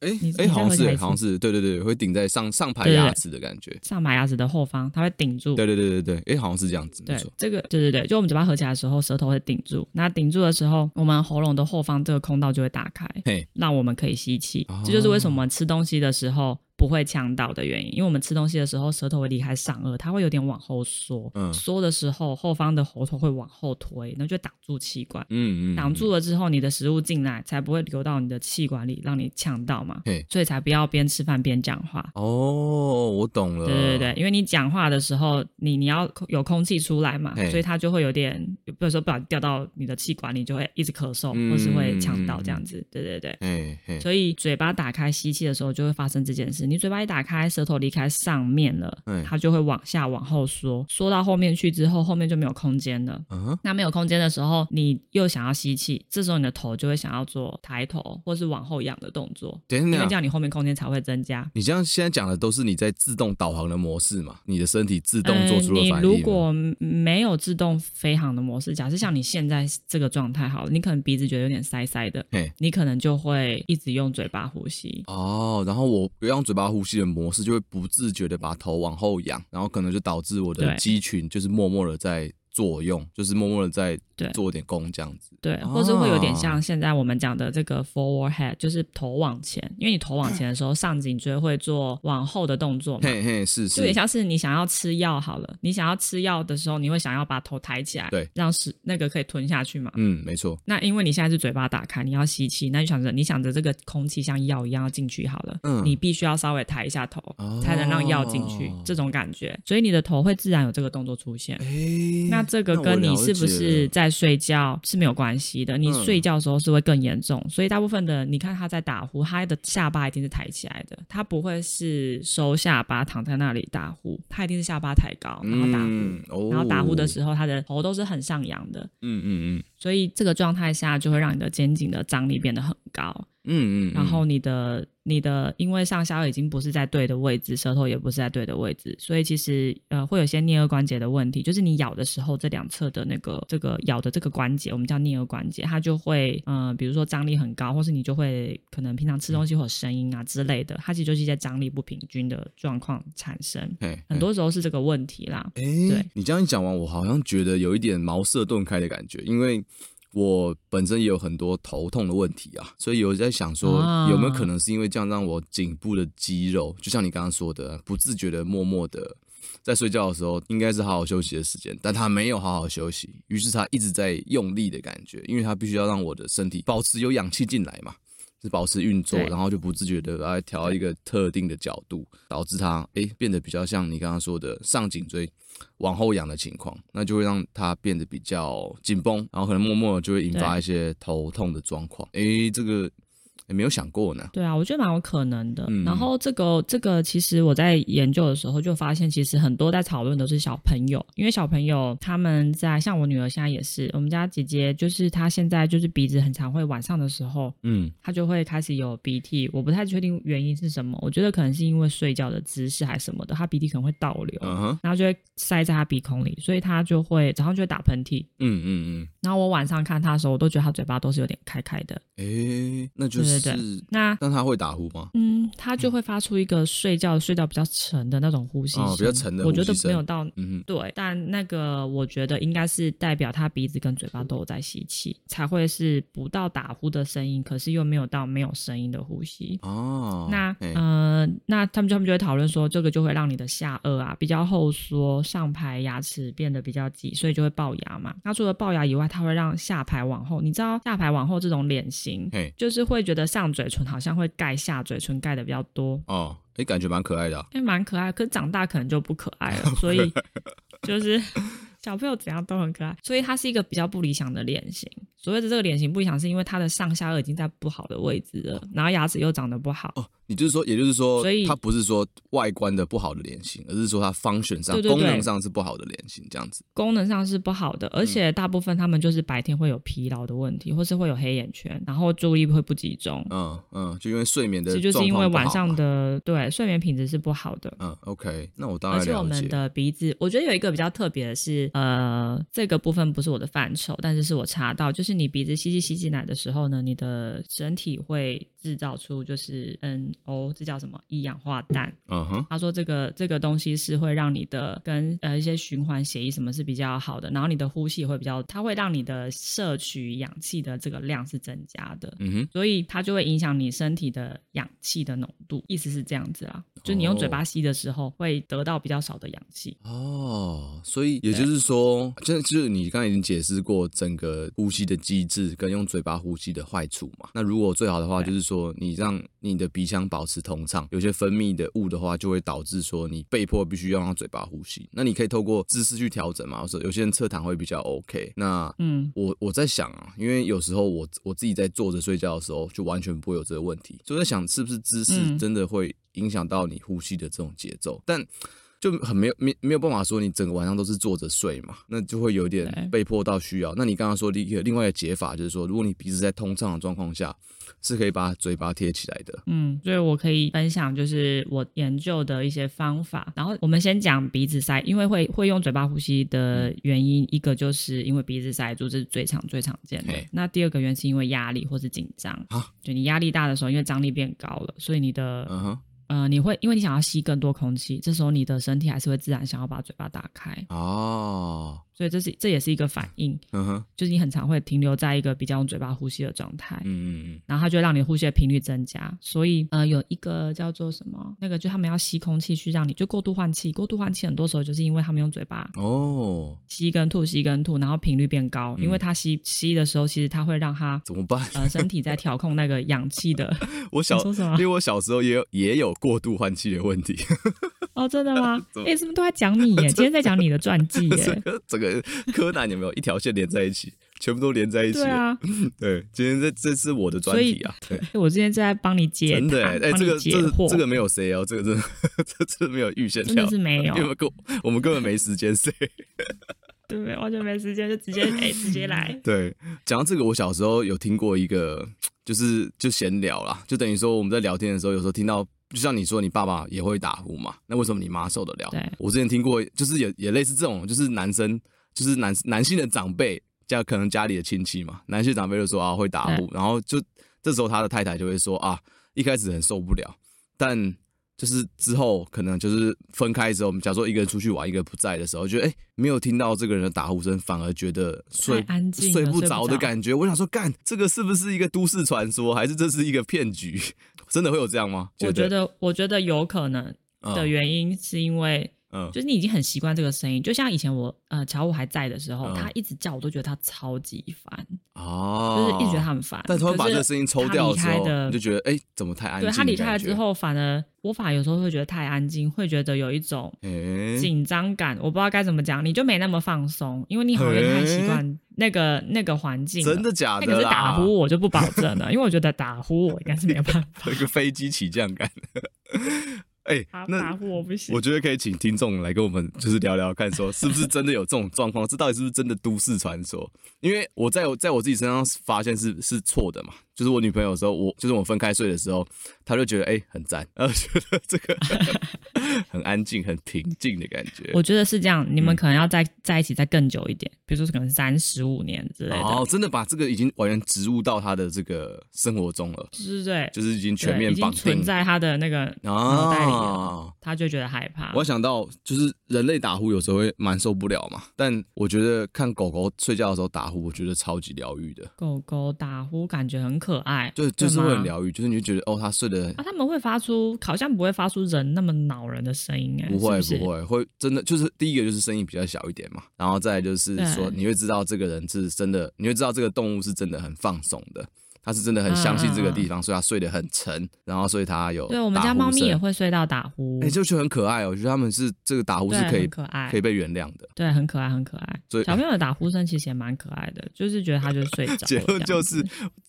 Speaker 2: 哎
Speaker 1: 你
Speaker 2: 哎、
Speaker 1: 你再
Speaker 2: 好像是、
Speaker 1: 合起来一次
Speaker 2: 好像是，对对对，会顶在上上排
Speaker 1: 对对对
Speaker 2: 牙齿的感觉，
Speaker 1: 上排牙齿的后方，它会顶住，
Speaker 2: 对对对对对，哎、好像是这样子，没
Speaker 1: 对
Speaker 2: 错，，
Speaker 1: 这个对对对，就我们嘴巴合起来的时候，舌头会顶住。那顶住的时候，我们喉咙的后方这个空道就会打开，
Speaker 2: 嘿，
Speaker 1: 让我们可以吸气。
Speaker 2: 哦
Speaker 1: 这就是为什么我们吃东西的时候不会呛到的原因，因为我们吃东西的时候，舌头会离开上颚，它会有点往后缩。
Speaker 2: 嗯
Speaker 1: 缩的时候，后方的喉头会往后推，那就会挡住气管。
Speaker 2: 嗯嗯，
Speaker 1: 挡住了之后，你的食物进来才不会流到你的气管里，让你呛到嘛
Speaker 2: 嘿。
Speaker 1: 所以才不要边吃饭边讲话。
Speaker 2: 哦，我懂了，
Speaker 1: 对对对，因为你讲话的时候，你你要空有空气出来嘛
Speaker 2: 嘿，
Speaker 1: 所以它就会有点，比如说不小心掉到你的气管里，就会一直咳嗽，
Speaker 2: 嗯
Speaker 1: 或是会呛到这样子。对对对。
Speaker 2: 嘿嘿，
Speaker 1: 所以嘴巴打开吸气的时候就会发生这件事。你嘴巴一打开，舌头离开上面了
Speaker 2: 嗯，
Speaker 1: 它就会往下往后缩，缩到后面去之后，后面就没有空间了。
Speaker 2: 啊，
Speaker 1: 那没有空间的时候，你又想要吸气，这时候你的头就会想要做抬头或是往后仰的动作，
Speaker 2: 等
Speaker 1: 因为
Speaker 2: 等
Speaker 1: 这。样你后面空间才会增加。
Speaker 2: 你这样现在讲的都是你在自动导航的模式嘛？你的身体自动做出
Speaker 1: 嗯。
Speaker 2: 了反应吗、
Speaker 1: 你如果没有自动飞航的模式，假设像你现在这个状态好了，你可能鼻子觉得有点塞塞的
Speaker 2: 嘿，
Speaker 1: 你可能就会一直用嘴巴呼吸。
Speaker 2: 哦，然后我不用嘴巴呼吸的模式，就会不自觉的把头往后仰，然后可能就导致我的
Speaker 1: 对
Speaker 2: 肌群就是默默的在作用，就是默默的在
Speaker 1: 对
Speaker 2: 做点功这样子。
Speaker 1: 对，或是会有点像现在我们讲的这个 forward head，就是头往前，因为你头往前的时候，上颈椎会做往后的动作嘛，
Speaker 2: 嘿嘿，是
Speaker 1: 就有
Speaker 2: 是
Speaker 1: 点，像是你想要吃药好了，你想要吃药的时候，你会想要把头抬起来，
Speaker 2: 对
Speaker 1: 让是那个可以吞下去嘛，
Speaker 2: 嗯，没错，
Speaker 1: 那因为你现在是嘴巴打开，你要吸气，那就想着你想着这个空气像药一样要进去好了，
Speaker 2: 嗯
Speaker 1: 你必须要稍微抬一下头，
Speaker 2: 哦
Speaker 1: 才能让药进去，这种感觉，所以你的头会自然有这个动作出现。
Speaker 2: 哎，
Speaker 1: 那这个
Speaker 2: 那我
Speaker 1: 跟你
Speaker 2: 了
Speaker 1: 是不
Speaker 2: 解
Speaker 1: 是
Speaker 2: 了
Speaker 1: 在睡觉是没有关系的，你
Speaker 2: 嗯
Speaker 1: 睡觉的时候是会更严重，所以大部分的你看他在打呼，他的下巴一定是抬起来的，他不会是收下巴躺在那里打呼，他一定是下巴抬高然后打呼，
Speaker 2: 嗯哦、
Speaker 1: 然后打呼的
Speaker 2: 候，
Speaker 1: 时候他的头都是很上扬的，
Speaker 2: 嗯嗯嗯
Speaker 1: 所以这个状态下就会让你的肩颈的张力变得很高，
Speaker 2: 嗯嗯，
Speaker 1: 然后你的你的因为上下颚已经不是在对的位置，舌头也不是在对的位置，所以其实呃会有一些颞颌关节的问题，就是你咬的时候这两侧的那个这个咬的这个关节，我们叫颞颌关节，它就会嗯、呃比如说张力很高，或是你就会可能平常吃东西会有声音啊之类的，它其实就是一些张力不平均的状况产生，
Speaker 2: 嗯嘿
Speaker 1: 很。多时候是这个问题啦。
Speaker 2: 哎、
Speaker 1: 对
Speaker 2: 你这样一讲完，我好像觉得有一点茅塞顿开的感觉，因为我本身也有很多头痛的问题啊，所以有在想说，哦
Speaker 1: 啊
Speaker 2: 有没有可能是因为这样让我颈部的肌肉，就像你刚刚说的，不自觉的默默的在睡觉的时候，应该是好好休息的时间，但他没有好好休息，于是他一直在用力的感觉，因为他必须要让我的身体保持有氧气进来嘛。就是保持运作，
Speaker 1: 对
Speaker 2: 然后就不自觉的把它调到一个特定的角度，导致它诶变得比较像你刚刚说的上颈椎往后仰的情况，那就会让它变得比较紧绷，然后可能默默地就会引发一些头痛的状况。诶，这个也没有想过呢。
Speaker 1: 对啊，我觉得蛮有可能的。
Speaker 2: 嗯
Speaker 1: 然后这个这个，其实我在研究的时候就发现，其实很多在讨论都是小朋友，因为小朋友他们在像我女儿现在也是，我们家姐姐就是她现在就是鼻子很常会晚上的时候，
Speaker 2: 嗯，
Speaker 1: 她就会开始有鼻涕，我不太确定原因是什么，我觉得可能是因为睡觉的姿势还是什么的，她鼻涕可能会倒流，
Speaker 2: 嗯哼，
Speaker 1: 然后就会塞在她鼻孔里，所以她就会早上就会打喷嚏。
Speaker 2: 嗯嗯
Speaker 1: 然后我晚上看她的时候，我都觉得她嘴巴都是有点开开的。
Speaker 2: 嗯，诶、那就是，
Speaker 1: 对对那
Speaker 2: 但他会打呼吗？
Speaker 1: 嗯，他就会发出一个睡觉睡到比较沉的那种呼吸声、
Speaker 2: 哦比较沉的
Speaker 1: 我
Speaker 2: 呼
Speaker 1: 觉
Speaker 2: 吸
Speaker 1: 得没有
Speaker 2: 声
Speaker 1: 到。
Speaker 2: 嗯
Speaker 1: 对，但那个我觉得应该是代表他鼻子跟嘴巴都有在吸气，才会是不到打呼的声音，可是又没有到没有声音的呼吸。
Speaker 2: 哼，哦，
Speaker 1: 那
Speaker 2: 诶
Speaker 1: 呃，那他们就他们就会讨论说，这个就会让你的下颚啊比较后缩，上排牙齿变得比较挤，所以就会龅牙嘛。那除了龅牙以外，它会让下排往后。你知道下排往后这种脸型，
Speaker 2: 嘿，
Speaker 1: 就是会觉得上嘴唇好像会盖下嘴唇盖的比较多，
Speaker 2: 哦，诶、感觉蛮可爱的、啊。
Speaker 1: 哎，蛮可爱。可是长大可能就不可爱了，所
Speaker 2: <laughs>
Speaker 1: 以就是 <laughs> 小朋友怎样都很可爱，所以它是一个比较不理想的脸型。所谓的这个脸型不理想，是因为它的上下颚已经在不好的位置了，然后牙齿又长得不好。
Speaker 2: 哦，你就是说，也就是说
Speaker 1: 所以，
Speaker 2: 它不是说外观的不好的脸型，而是说它 function 上
Speaker 1: 对对对
Speaker 2: 功能上是不好的脸型这样子。
Speaker 1: 功能上是不好的，
Speaker 2: 嗯
Speaker 1: 而且大部分他们就是白天会有疲劳的问题，或是会有黑眼圈，然后注意力会不集中，
Speaker 2: 嗯嗯，就因为睡眠的
Speaker 1: 这
Speaker 2: 状
Speaker 1: 就是因为
Speaker 2: 况不好
Speaker 1: 晚上
Speaker 2: 嘛
Speaker 1: 的对睡眠品质是不好的。
Speaker 2: 嗯，OK，那我大概
Speaker 1: 而且我
Speaker 2: 了
Speaker 1: 们
Speaker 2: 解。
Speaker 1: 的鼻子，我觉得有一个比较特别的是，呃，这个部分不是我的范畴，但是是我查到，就是你鼻子吸气吸进来的时候呢，你的身体会制造出就是 NO，这叫什么一氧化氮。
Speaker 2: 嗯哼，
Speaker 1: 他说这个这个东西是会让你的跟呃一些循环血液什么是比较好的，然后你的呼吸也会比较，它会让你的摄取氧气的这个量是增加的。
Speaker 2: 嗯哼，
Speaker 1: 所以它就会影响你身体的氧气的浓度，意思是这样子啦，就你用嘴巴吸的时候会得到比较少的氧气。
Speaker 2: 哦，所以也就是说，这就是你刚才已经解释过整个呼吸的机制跟用嘴巴呼吸的坏处嘛。那如果最好的话，就是说你让你的鼻腔保持通畅，有些分泌的物的话，就会导致说你被迫必须要用嘴巴呼吸。那你可以透过姿势去调整嘛，说有些人侧躺会比较 OK。那
Speaker 1: 嗯，
Speaker 2: 我我在想啊，因为有时候我我自己在坐着睡觉的时候，就完全不会有这个问题，所以我在想是不是姿势
Speaker 1: 嗯
Speaker 2: 真的会影响到你呼吸的这种节奏，但。就很没有没没有办法说你整个晚上都是坐着睡嘛，那就会有点
Speaker 1: 对
Speaker 2: 被迫到需要。那你刚刚说的一个另外一个解法就是说，如果你鼻子在通畅的状况下，是可以把嘴巴贴起来的。
Speaker 1: 嗯，所以我可以分享就是我研究的一些方法。然后我们先讲鼻子塞，因为会会用嘴巴呼吸的原因，一个就是因为鼻子塞住，这是最常最常见的
Speaker 2: 嘿。
Speaker 1: 那第二个原因是因为压力或是紧张
Speaker 2: 啊，
Speaker 1: 就你压力大的时候，因为张力变高了，所以你的、
Speaker 2: 嗯哼，
Speaker 1: 呃，你会因为你想要吸更多空气，这时候你的身体还是会自然想要把嘴巴打开，
Speaker 2: 哦，
Speaker 1: 所以这是这也是一个反应，
Speaker 2: 嗯哼，
Speaker 1: 就是你很常会停留在一个比较用嘴巴呼吸的状态。
Speaker 2: 嗯嗯
Speaker 1: 然后它就会让你呼吸的频率增加。所以呃，有一个叫做什么，那个就他们要吸空气去让你就过度换气，过度换气很多时候就是因为他们用嘴巴。
Speaker 2: 嗯，哦，
Speaker 1: 吸跟吐，吸跟吐，然后频率变高，
Speaker 2: 嗯
Speaker 1: 因为它吸吸的时候，其实它会让它
Speaker 2: 怎么办？ <laughs>
Speaker 1: 呃身体在调控那个氧气的。 <laughs>
Speaker 2: 我小
Speaker 1: 你说什么
Speaker 2: 因为我小时候也有也有过度换气的问题。
Speaker 1: 哦，真的
Speaker 2: <laughs>
Speaker 1: 吗？
Speaker 2: 么
Speaker 1: 哎、怎么都在讲
Speaker 2: <laughs>
Speaker 1: 你耶？今天在讲你的传记
Speaker 2: 整
Speaker 1: 耶？
Speaker 2: 个整个柯南有没有一条线连在一起？全部都连在一起。
Speaker 1: 对啊，
Speaker 2: 对，今天这这是我的专题啊，对，
Speaker 1: 诶我今天是在帮你解
Speaker 2: 真的
Speaker 1: 答
Speaker 2: 哎、哎
Speaker 1: 帮
Speaker 2: 这
Speaker 1: 你
Speaker 2: 个
Speaker 1: 解
Speaker 2: 这个
Speaker 1: 惑，
Speaker 2: 这个没有 C L，这个真的 <laughs> 这这没有预先
Speaker 1: 真的
Speaker 2: 聊，
Speaker 1: 是没有
Speaker 2: 因，为根我们根本没时间 C。
Speaker 1: 对不对？完全没时间，就直接哎、直接来。
Speaker 2: 对，讲到这个，我小时候有听过一个，就是就闲聊啦，就等于说我们在聊天的时候，有时候听到，就像你说你爸爸也会打呼嘛，那为什么你妈受得了
Speaker 1: 对？
Speaker 2: 我之前听过，就是也也类似这种，就是男生，就是男男性的长辈，家可能家里的亲戚嘛，男性长辈就说啊会打呼，然后就这时候他的太太就会说啊，一开始很受不了，但就是之后可能就是分开之后，我们假如说一个人出去玩，一个不在的时候，觉得哎、诶没有听到这个人的打呼声，反而觉得睡
Speaker 1: 太安静了
Speaker 2: 睡不
Speaker 1: 睡
Speaker 2: 着
Speaker 1: 不
Speaker 2: 的
Speaker 1: 着
Speaker 2: 感觉。我想说，干这个是不是一个都市传说，还是这是一个骗局？ <laughs> 真的会有这样吗？
Speaker 1: <laughs> 我觉得，我觉得有可能的
Speaker 2: 嗯
Speaker 1: 原因是因为，
Speaker 2: 嗯
Speaker 1: 就是你已经很习惯这个声音。就像以前我呃乔武还在的时候，
Speaker 2: 嗯
Speaker 1: 他一直叫，我都觉得他超级烦，
Speaker 2: 哦，
Speaker 1: 就是一直觉得他很烦。
Speaker 2: 但突然把
Speaker 1: 可
Speaker 2: 这
Speaker 1: 是
Speaker 2: 个声音抽掉
Speaker 1: 他
Speaker 2: 之
Speaker 1: 离开
Speaker 2: 后，
Speaker 1: 的
Speaker 2: 你就觉得哎、诶怎么太安静？
Speaker 1: 对他离开了之
Speaker 2: 后，
Speaker 1: 后，反而我反而有时候会觉得太安静，会觉得有一种
Speaker 2: 哎、
Speaker 1: 紧张感，我不知道该怎么讲，你就没那么放松，因为你好像太习惯那个那个环境了。
Speaker 2: 真的假
Speaker 1: 那
Speaker 2: 的
Speaker 1: 可
Speaker 2: 啦？ <laughs>
Speaker 1: 是打呼我就不保证了，因为我觉得打呼我应该是没有办法，
Speaker 2: 有一个飞机起降感。 <laughs> 哎、
Speaker 1: 打打
Speaker 2: 那
Speaker 1: 呼我不行。
Speaker 2: 我觉得可以请听众来跟我们就是聊聊看，说是不是真的有这种状况？这到底是不是真的都市传说？因为我在我在我自己身上发现是是错的嘛。就是我女朋友的时候，我就是我们分开睡的时候，她就觉得哎、很赞，然后觉得
Speaker 1: <laughs>
Speaker 2: 这个很安静、很平静的感觉。
Speaker 1: 我觉得是这样，
Speaker 2: 嗯
Speaker 1: 你们可能要在在一起再更久一点，比如说可能三十五年之类的，
Speaker 2: 哦，真的把这个已经完全植入到她的这个生活中了，
Speaker 1: 对对对，
Speaker 2: 就是已经
Speaker 1: 对
Speaker 2: 全面
Speaker 1: 已经
Speaker 2: 绑
Speaker 1: 存
Speaker 2: 定
Speaker 1: 在他的那个脑袋里了，
Speaker 2: 啊。
Speaker 1: 他就觉得害怕。
Speaker 2: 我想到就是人类打呼有时候会蛮受不了嘛，但我觉得看狗狗睡觉的时候打呼，我觉得超级疗愈的，
Speaker 1: 狗狗打呼感觉很可爱，
Speaker 2: 就就是会
Speaker 1: 对吗
Speaker 2: 很疗愈，就是你就觉得哦，它睡得
Speaker 1: 啊，他们会发出好像不会发出人那么恼人的声音哎，
Speaker 2: 不会
Speaker 1: 是不是
Speaker 2: 会会真的就是第一个就是声音比较小一点嘛，然后再来就是说
Speaker 1: 对
Speaker 2: 你会知道这个人是真的，你会知道这个动物是真的很放松的，它是真的很
Speaker 1: 嗯
Speaker 2: 相信这个
Speaker 1: 嗯
Speaker 2: 地方，所以它睡得很沉，然后所以它有
Speaker 1: 对我们
Speaker 2: 打
Speaker 1: 家
Speaker 2: 呼
Speaker 1: 猫咪
Speaker 2: 声
Speaker 1: 也，会睡到打呼，
Speaker 2: 哎、就觉得很可爱哦，我觉得它们是这个打呼是
Speaker 1: 对
Speaker 2: 可以
Speaker 1: 很可爱
Speaker 2: 可以被原谅的。
Speaker 1: 对，很可爱，很可爱
Speaker 2: 所以。
Speaker 1: 小朋友的打呼声其实也蛮可爱的，就是觉得他就是睡着了这
Speaker 2: <laughs> 结
Speaker 1: 样子。
Speaker 2: 论就是，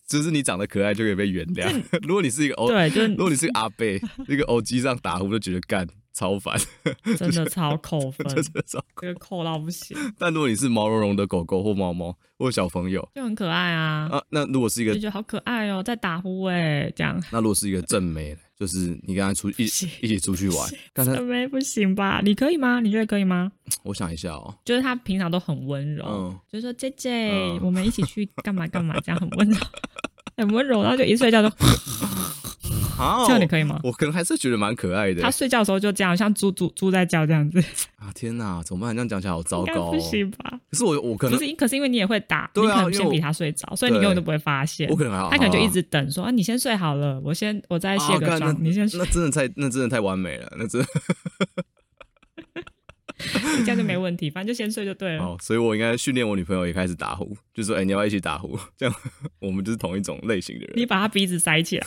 Speaker 2: 就是你长得可爱就可以被原谅。 <laughs> 如果你是一个欧，
Speaker 1: 对，就
Speaker 2: 如果你是个阿贝，那个欧机上打呼就觉得干超烦， <laughs>
Speaker 1: 是真的超扣分，
Speaker 2: 真的超。
Speaker 1: 这个扣到不行，
Speaker 2: 但如果你是毛茸茸的狗狗或猫猫或小朋友
Speaker 1: 就很可爱啊，
Speaker 2: 啊，那如果是一
Speaker 1: 就
Speaker 2: 个，
Speaker 1: 觉得好可爱哦，在打呼哎、这样。
Speaker 2: 那如果是一个正妹，就是你跟他出一一
Speaker 1: 行
Speaker 2: 起出去玩，刚才
Speaker 1: 妹不行吧？你可以吗？你觉得可以吗？
Speaker 2: 我想一下哦，
Speaker 1: 就是他平常都很温柔，
Speaker 2: 嗯
Speaker 1: 就是说姐姐，
Speaker 2: 嗯
Speaker 1: 我们一起去干嘛干嘛，这样很温柔， <laughs> 很温柔。然后就一睡觉就 <laughs>
Speaker 2: 好，
Speaker 1: 这样，你可以吗？
Speaker 2: 我可能还是觉得蛮可爱的
Speaker 1: 他睡觉的时候就这样，像猪猪猪在叫这样子，
Speaker 2: 啊！天哪，怎么办？这样讲起来好糟
Speaker 1: 应该
Speaker 2: 糕
Speaker 1: 不
Speaker 2: 哦。
Speaker 1: 行吧？
Speaker 2: 可是我我可
Speaker 1: 不
Speaker 2: 能
Speaker 1: 是，可是因为你也会打，
Speaker 2: 对啊
Speaker 1: 你可能
Speaker 2: 因为
Speaker 1: 先
Speaker 2: 我
Speaker 1: 比他睡着，所以你
Speaker 2: 对
Speaker 1: 根本都不会发现
Speaker 2: 我。可能还好
Speaker 1: 他可能就
Speaker 2: 好啊
Speaker 1: 一直等说啊，你先睡好了，我先我再
Speaker 2: 啊
Speaker 1: 卸个
Speaker 2: 干
Speaker 1: 妆，
Speaker 2: 那
Speaker 1: 你先睡
Speaker 2: 那，真的太那真的太完美了，那真的
Speaker 1: 这样就没问题，
Speaker 2: <laughs>
Speaker 1: 反正就先睡就 <laughs> 对了。
Speaker 2: 哦，所以我应该训练我女朋友也开始打呼，就说：“哎、你要不要一起打呼？”这样我们就是同一种类型的
Speaker 1: 你
Speaker 2: 人，
Speaker 1: 把他鼻子塞
Speaker 2: <laughs>
Speaker 1: 起来，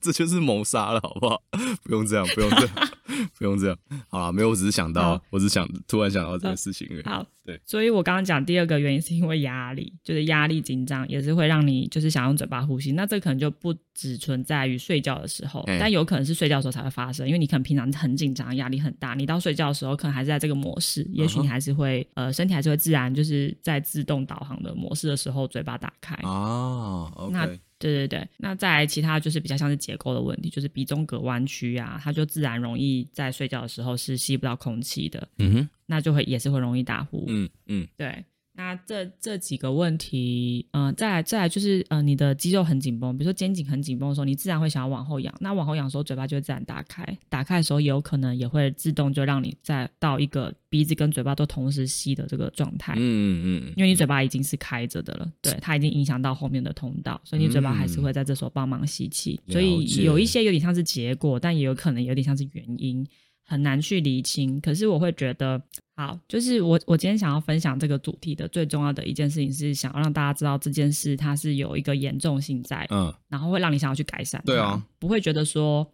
Speaker 2: 这就是谋杀了，好不好？不用这样，不用这样， <laughs> 不用这样。好了，没有，我只是想到
Speaker 1: 好，
Speaker 2: 我只是想突然想到这个事情而已。
Speaker 1: 好，
Speaker 2: 对
Speaker 1: 所以我刚刚讲第二个原因是因为压力，就是压力紧张也是会让你就是想用嘴巴呼吸。那这可能就不只存在于睡觉的时候，
Speaker 2: 哎
Speaker 1: 但有可能是睡觉的时候才会发生，因为你可能平常很紧张，压力很大，你到睡觉的时候可能还是在这个模式，也许
Speaker 2: 嗯哼
Speaker 1: 你还是会、呃身体还是会自然就是在自动导航的模式的时候嘴巴打开。
Speaker 2: 啊
Speaker 1: 那
Speaker 2: ，OK，
Speaker 1: 对对对，那再来其他就是比较像是结构的问题，就是鼻中隔弯曲啊，它就自然容易在睡觉的时候是吸不到空气的，
Speaker 2: 嗯哼，
Speaker 1: 那就会也是会容易打呼。
Speaker 2: 嗯嗯，
Speaker 1: 对，那这这几个问题，嗯、再来再来就是，呃，你的肌肉很紧绷，比如说肩颈很紧绷的时候，你自然会想要往后仰。那往后仰的时候，嘴巴就会自然打开，打开的时候也有可能也会自动就让你再到一个鼻子跟嘴巴都同时吸的这个状态。
Speaker 2: 嗯嗯嗯，
Speaker 1: 因为你嘴巴已经是开着的了，对，它已经影响到后面的通道，所以你嘴巴还是会在这时候帮忙吸气。
Speaker 2: 嗯
Speaker 1: 所
Speaker 2: 了解
Speaker 1: 以有一些有点像是结果，但也有可能有点像是原因，很难去厘清。可是我会觉得，好，就是我我今天想要分享这个主题的最重要的一件事情是，想要让大家知道这件事它是有一个严重性在，
Speaker 2: 嗯，
Speaker 1: 然后会让你想要去改善。
Speaker 2: 对啊，
Speaker 1: 不会觉得说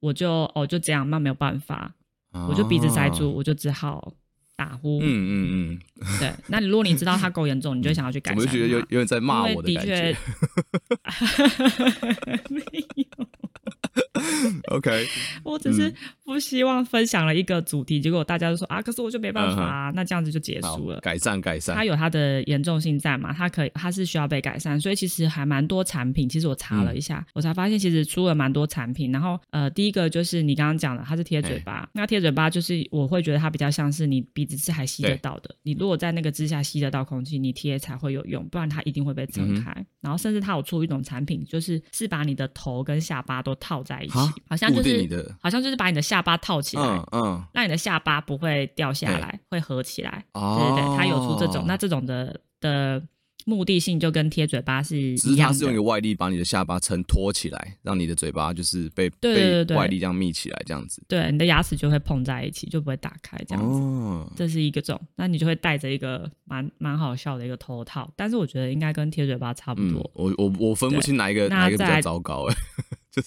Speaker 1: 我就哦就这样，那没有办法，
Speaker 2: 啊
Speaker 1: 我就鼻子塞住，，我就只好打呼。
Speaker 2: 嗯嗯嗯，
Speaker 1: 对，那如果你知道它够严重，你就会想要去改
Speaker 2: <laughs> 怎
Speaker 1: 善它。
Speaker 2: 么就觉得有有点在骂
Speaker 1: 因
Speaker 2: 我
Speaker 1: 为
Speaker 2: 的
Speaker 1: 的
Speaker 2: 感
Speaker 1: 确
Speaker 2: 觉？OK，
Speaker 1: <laughs> 我只
Speaker 2: 嗯
Speaker 1: 是不希望分享了一个主题，结果大家就说啊，可是我就没办法啊，那这样子就结
Speaker 2: 嗯好
Speaker 1: 束了，。
Speaker 2: 改善改善嗯
Speaker 1: 它，有它的严重性在嘛？它可以，它是需要被改善，所以其实还蛮多产品。其实我查了一下，
Speaker 2: 嗯
Speaker 1: 我才发现其实出了蛮多产品。然后呃，第一个就是你刚刚讲的，它是贴嘴巴。那贴嘴巴就是我会觉得它比较像是你鼻子是还吸得
Speaker 2: 对
Speaker 1: 到的。你如果在那个之下吸得到空气，你贴才会有用，不然它一定会被
Speaker 2: 嗯
Speaker 1: 撑
Speaker 2: 哼
Speaker 1: 开。然后甚至它有出一种产品，就是是把你的头跟下巴都套在一起
Speaker 2: 啊，
Speaker 1: 好像就
Speaker 2: 固定
Speaker 1: 是
Speaker 2: 你的
Speaker 1: 好像就是把你的下巴套起来。
Speaker 2: 嗯嗯。
Speaker 1: 让你的下巴不会掉下来，会合起来。
Speaker 2: 哦
Speaker 1: 对对对，它有出这种，那这种的的目的性就跟贴嘴巴是
Speaker 2: 只
Speaker 1: 一
Speaker 2: 是它
Speaker 1: 样
Speaker 2: 是用一
Speaker 1: 的。
Speaker 2: 个外力把你的下巴撑托起来，让你的嘴巴就是被
Speaker 1: 对对对
Speaker 2: 被
Speaker 1: 对
Speaker 2: 外力这样密起来，这样子。
Speaker 1: 对，你的牙齿就会碰在一起，就不会打开这样子。
Speaker 2: 哦，
Speaker 1: 这是一个种，那你就会戴着一个蛮蛮好笑的一个头套，但是我觉得应该跟贴嘴巴差不
Speaker 2: 嗯
Speaker 1: 多，。
Speaker 2: 我我我分不清哪一
Speaker 1: 对
Speaker 2: 个哪一个比
Speaker 1: 那
Speaker 2: 较
Speaker 1: 再 <laughs>
Speaker 2: 糟糕哎、嗯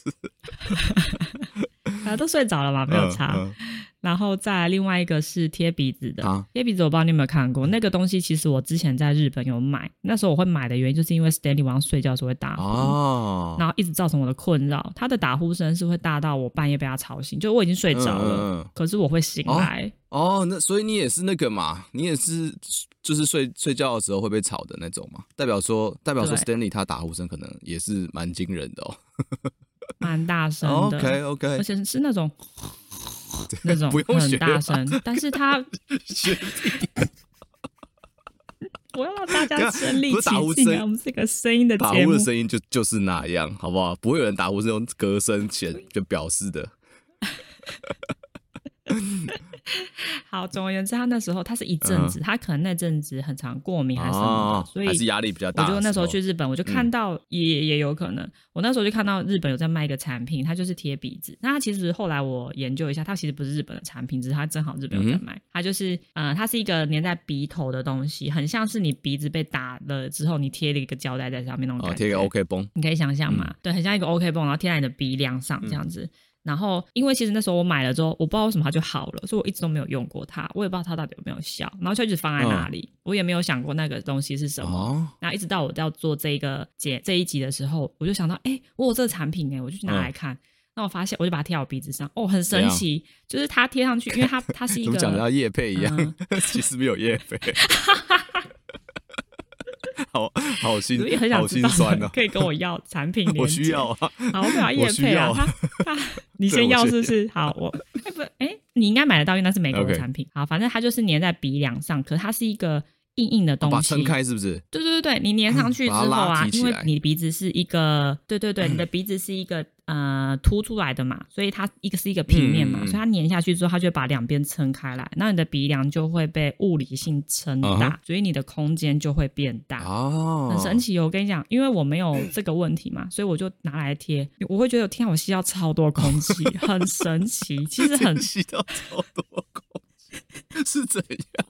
Speaker 1: 呃大家、都睡着了嘛，没有差。
Speaker 2: 嗯嗯
Speaker 1: 然后再来另外一个是贴鼻子的
Speaker 2: 啊，
Speaker 1: 贴鼻子我不知道你有没有看过，那个东西其实我之前在日本有买，那时候我会买的原因就是因为 Stanley 晚上睡觉的时候会打呼，
Speaker 2: 哦，
Speaker 1: 然后一直造成我的困扰，他的打呼声是会大到我半夜被他吵醒，就我已经睡着了，
Speaker 2: 嗯嗯嗯
Speaker 1: 可是我会醒来，
Speaker 2: 哦，那所以你也是那个嘛，你也是就是睡睡觉的时候会被吵的那种嘛，代表说代表说
Speaker 1: 对
Speaker 2: Stanley 他打呼声可能也是蛮惊人的哦。
Speaker 1: 蛮大声的。
Speaker 2: 哦 OK
Speaker 1: 而
Speaker 2: OK，
Speaker 1: 且是那
Speaker 2: <laughs>
Speaker 1: 种那种
Speaker 2: 不用
Speaker 1: 很
Speaker 2: 学
Speaker 1: 大
Speaker 2: 吧
Speaker 1: 声，但是
Speaker 2: <laughs>
Speaker 1: 他我要让大家身临
Speaker 2: 不是打
Speaker 1: 其
Speaker 2: 呼
Speaker 1: 境啊！
Speaker 2: 声
Speaker 1: 我们这个声音的
Speaker 2: 打
Speaker 1: 节
Speaker 2: 呼
Speaker 1: 目
Speaker 2: 的，声音就就是那样，好不好？不会有人打呼是用歌声前就表示的。
Speaker 1: 好，总而言之，他那时候他是一阵子，他可能那阵子很常过敏还是什么
Speaker 2: 嗯哦
Speaker 1: 的，所
Speaker 2: 还
Speaker 1: 以
Speaker 2: 是压力比较
Speaker 1: 我
Speaker 2: 大。
Speaker 1: 就那时候
Speaker 2: 哦
Speaker 1: 去，日本，我就看
Speaker 2: 嗯
Speaker 1: 到也、也有可能，我那时候就看到日本有在卖一个产品，它就是贴鼻子。那它其实后来我研究一下，它其实不是日本的产品，只是它正好日本有在
Speaker 2: 嗯
Speaker 1: 卖。它就是呃，它是一个粘在鼻头的东西，很像是你鼻子被打了之后，你贴了一个胶带在上面那种
Speaker 2: 哦
Speaker 1: 感觉。
Speaker 2: 贴个 OK 嗯绷，
Speaker 1: 你可以想象嘛，对，很像一个 OK 绷，然后贴在你的鼻梁上
Speaker 2: 嗯
Speaker 1: 这样子。然后，因为其实那时候我买了之后，我不知道为什么它就好了，所以我一直都没有用过它，我也不知道它到底有没有效，然后就一直放在
Speaker 2: 嗯
Speaker 1: 那里，我也没有想过那个东西是什么。
Speaker 2: 哦，
Speaker 1: 然后一直到我要做这一个节这一集的时候，我就想到，哎、我有这个产品哎、我就
Speaker 2: 嗯
Speaker 1: 去拿来看。那我发现，我就把它贴到我鼻子上，哦，很神奇，就是它贴上去，因为
Speaker 2: <laughs>
Speaker 1: 它它是一
Speaker 2: 啊怎么
Speaker 1: 个，
Speaker 2: 讲的像叶配一样？
Speaker 1: 嗯
Speaker 2: <laughs> 其实没有叶配。好好心
Speaker 1: 我也很，想
Speaker 2: 好
Speaker 1: 知
Speaker 2: 心
Speaker 1: 道
Speaker 2: 酸
Speaker 1: 的
Speaker 2: 哦，
Speaker 1: 可以跟我要产品
Speaker 2: <laughs> 我
Speaker 1: 链
Speaker 2: 需
Speaker 1: 接
Speaker 2: 要啊，
Speaker 1: 好，我把它叶
Speaker 2: 我需
Speaker 1: 配啊，
Speaker 2: 要 <laughs>
Speaker 1: 他他，你先要是不是？好，我哎不哎，你应该买得到，因为那是美国的
Speaker 2: OK
Speaker 1: 产品。好，反正它就是粘在鼻梁上，可它是一个硬硬的
Speaker 2: 哦把它
Speaker 1: 东西
Speaker 2: 撑。开是不是？
Speaker 1: 对对对对，你粘上去之后
Speaker 2: 嗯把它
Speaker 1: 啊
Speaker 2: 拉，提
Speaker 1: 因
Speaker 2: 起
Speaker 1: 为
Speaker 2: 来嗯
Speaker 1: 你鼻子是一个，对对对，你的鼻子是一个呃凸出来的嘛，所以它一个是一个平面嘛，
Speaker 2: 嗯嗯嗯
Speaker 1: 所以它粘下去之后，它就会把两边撑开来，那你的鼻梁就会被物理性撑大
Speaker 2: 啊
Speaker 1: 所以你的空间就会变大。
Speaker 2: 哦，
Speaker 1: 啊很神奇哦！我跟你讲，因为我没有这个问题嘛，所以我就拿来贴。我会觉得，天啊，我吸到超多空
Speaker 2: <laughs>
Speaker 1: 气，很神奇。其实很
Speaker 2: 珍惜到超多空气，是怎样？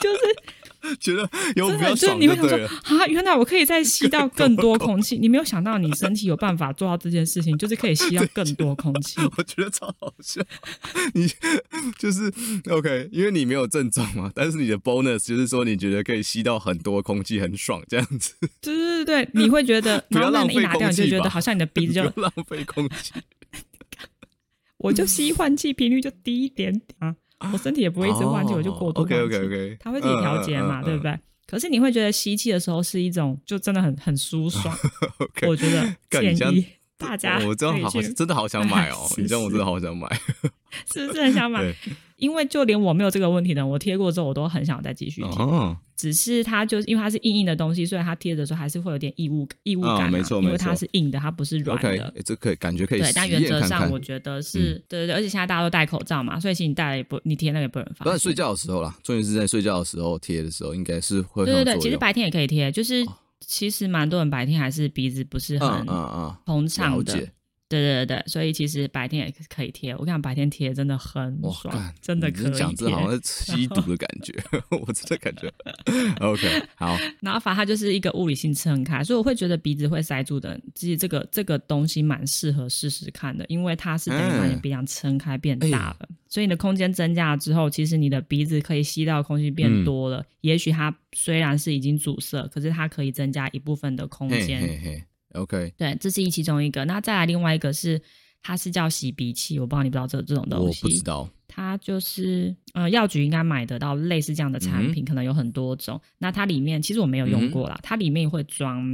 Speaker 1: 就是
Speaker 2: <laughs> 觉得有
Speaker 1: 真的，
Speaker 2: 哦比较
Speaker 1: 就是
Speaker 2: 爽
Speaker 1: 你会
Speaker 2: 就
Speaker 1: 想说
Speaker 2: 对了。 <laughs>
Speaker 1: 啊，原来我可以再吸到更多空气。你没有想到，你身体有办法做到这件事情，就是可以吸到更多空气。
Speaker 2: 我觉得超好笑， <laughs> 你就是 OK，因为你没有症状嘛，但是你的 bonus 就是说你觉得可以吸到很多空气，很爽这样子，
Speaker 1: 对对对对，你会觉得，
Speaker 2: 不
Speaker 1: 然
Speaker 2: 要
Speaker 1: 后那
Speaker 2: 浪
Speaker 1: 你一
Speaker 2: 费
Speaker 1: 拿掉，
Speaker 2: 空
Speaker 1: 你就
Speaker 2: 气
Speaker 1: 觉得
Speaker 2: 吧
Speaker 1: 好像你的鼻
Speaker 2: 你
Speaker 1: 子
Speaker 2: 就 <laughs>
Speaker 1: 就，
Speaker 2: 浪费空
Speaker 1: <laughs>
Speaker 2: 气。
Speaker 1: 我就吸换气频率就低一点点啊，我身体也不会一直换气，我就过度换气。
Speaker 2: 哦 OK 嗯 OK OK，
Speaker 1: 它会自己调节嘛，对不对？可是你会觉得吸气的时候是一种就真的很很舒爽，
Speaker 2: <laughs> ？OK，
Speaker 1: 我觉得
Speaker 2: 干
Speaker 1: 建
Speaker 2: 你这样哦
Speaker 1: 议大家
Speaker 2: 我真的好
Speaker 1: 可以去
Speaker 2: 真的好想买 <laughs> 哦，
Speaker 1: 试
Speaker 2: 你这样我
Speaker 1: 试
Speaker 2: 真的好想买。
Speaker 1: 是不是很想买
Speaker 2: <laughs> 对？
Speaker 1: 因为就连我没有这个问题的，我贴过之后我都很想再继续贴，
Speaker 2: <laughs>
Speaker 1: <laughs>
Speaker 2: 哦，
Speaker 1: 只是它就是因为它是硬硬的东西，所以它贴的时候还是会有点异物异物
Speaker 2: 哦
Speaker 1: 感嘛，啊
Speaker 2: 没错
Speaker 1: 因
Speaker 2: 没
Speaker 1: 为它
Speaker 2: 错
Speaker 1: 是硬的，它不是软
Speaker 2: OK，
Speaker 1: 的。
Speaker 2: 诶这可以感觉可以
Speaker 1: 啊对，但
Speaker 2: 实
Speaker 1: 原
Speaker 2: 验
Speaker 1: 则
Speaker 2: 看
Speaker 1: 上
Speaker 2: 看嗯
Speaker 1: 我。觉得是、对对对，而且现在大家都戴口罩嘛，所以其实你戴了也不，你贴那个也不能发
Speaker 2: 不
Speaker 1: 现。
Speaker 2: 然睡觉的时候啦，重点是在睡觉的时候贴的时候，应该是会很
Speaker 1: 对对
Speaker 2: 有
Speaker 1: 对，
Speaker 2: 作
Speaker 1: 其实
Speaker 2: 用哦
Speaker 1: 白天也可以贴，就是其实蛮多人白天还是鼻子不是
Speaker 2: 嗯
Speaker 1: 很
Speaker 2: 嗯嗯，
Speaker 1: 通畅
Speaker 2: 了
Speaker 1: 的。
Speaker 2: 解。
Speaker 1: 对对对对，所以其实白天也可以贴。我跟你讲，白天贴真的很
Speaker 2: 哇，
Speaker 1: 爽
Speaker 2: 干，
Speaker 1: 真的
Speaker 2: 你
Speaker 1: 可以
Speaker 2: 讲这
Speaker 1: 贴。
Speaker 2: 好像是吸毒的感觉， <laughs> 我真
Speaker 1: <laughs>
Speaker 2: 的感觉。OK，好，
Speaker 1: 然后反正它就是一个物理性撑开，所以我会觉得鼻子会塞住的人，其实这个这个东西蛮适合试试看的，因为它是等于把你
Speaker 2: 嗯哎
Speaker 1: 鼻梁撑开变大了，所以你的空间增加了之后，其实你的鼻子可以吸到的空气变
Speaker 2: 嗯
Speaker 1: 多了。也许它虽然是已经阻塞，可是它可以增加一部分的空
Speaker 2: 嘿
Speaker 1: 间。
Speaker 2: 嘿嘿，OK，
Speaker 1: 对，这是一其中一个。那再来另外一个是，它是叫洗鼻器，我不知道你不知道这这种东
Speaker 2: 我
Speaker 1: 西。
Speaker 2: 不知道，
Speaker 1: 它就是呃，药局应该买得到类似这样的
Speaker 2: 嗯
Speaker 1: 产品，可能有很多种。那它里面其实我没有用过啦，它里面会装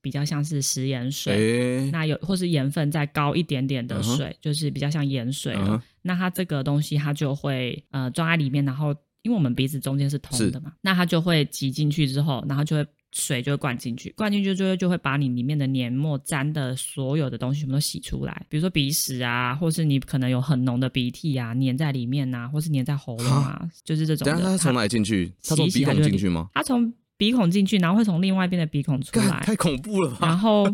Speaker 1: 比较像是食盐水，
Speaker 2: 诶，
Speaker 1: 那有或是盐分再高一点点的
Speaker 2: 嗯哼
Speaker 1: 水，就是比较像盐水了。
Speaker 2: 嗯哼
Speaker 1: 那它这个东西它就会呃装在里面，然后因为我们鼻子中间是通的嘛，那它就会挤进去之后，然后就会。水就会灌进去，灌进去就会就会把你里面的黏膜沾的所有的东西全部都洗出来，比如说鼻屎啊，或是你可能有很浓的鼻涕啊粘在里面啊，或是粘在喉咙啊，就是这种
Speaker 2: 等一
Speaker 1: 的。
Speaker 2: 下他从
Speaker 1: 它
Speaker 2: 哪里进去？他
Speaker 1: 洗
Speaker 2: 从
Speaker 1: 一洗
Speaker 2: 鼻
Speaker 1: 它
Speaker 2: 孔
Speaker 1: 就会
Speaker 2: 进去吗？
Speaker 1: 它从鼻孔进去，然后会从另外一边的鼻孔出
Speaker 2: 干，
Speaker 1: 来，
Speaker 2: <laughs> 太恐怖了吧！
Speaker 1: 然后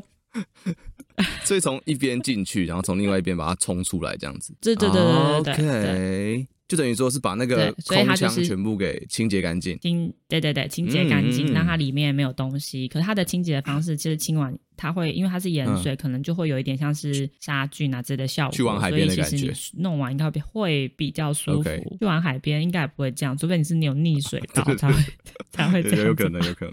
Speaker 2: 所以从一边进去，然后从另外一边把它冲出来，这样子。啊
Speaker 1: 对对对对对对
Speaker 2: OK，就等于说是把那个
Speaker 1: 对所以
Speaker 2: 空
Speaker 1: 它就
Speaker 2: 腔
Speaker 1: 是
Speaker 2: 全部给清洁干净。
Speaker 1: 清，对对对，清洁干净，
Speaker 2: 嗯
Speaker 1: 让它里面没有东西。可是它的清洁的方式，其实清完它会，因为它是盐水，可能就会有一点像是杀菌啊之类的效果。
Speaker 2: 嗯去玩海边的感觉
Speaker 1: 所以其实你弄完应该会比会比较舒服。
Speaker 2: OK
Speaker 1: 去玩海边应该也不会这样，除非你是你有溺水到
Speaker 2: 对对
Speaker 1: 才会才 <laughs> 会这样
Speaker 2: 有
Speaker 1: 子。
Speaker 2: 有可能，有可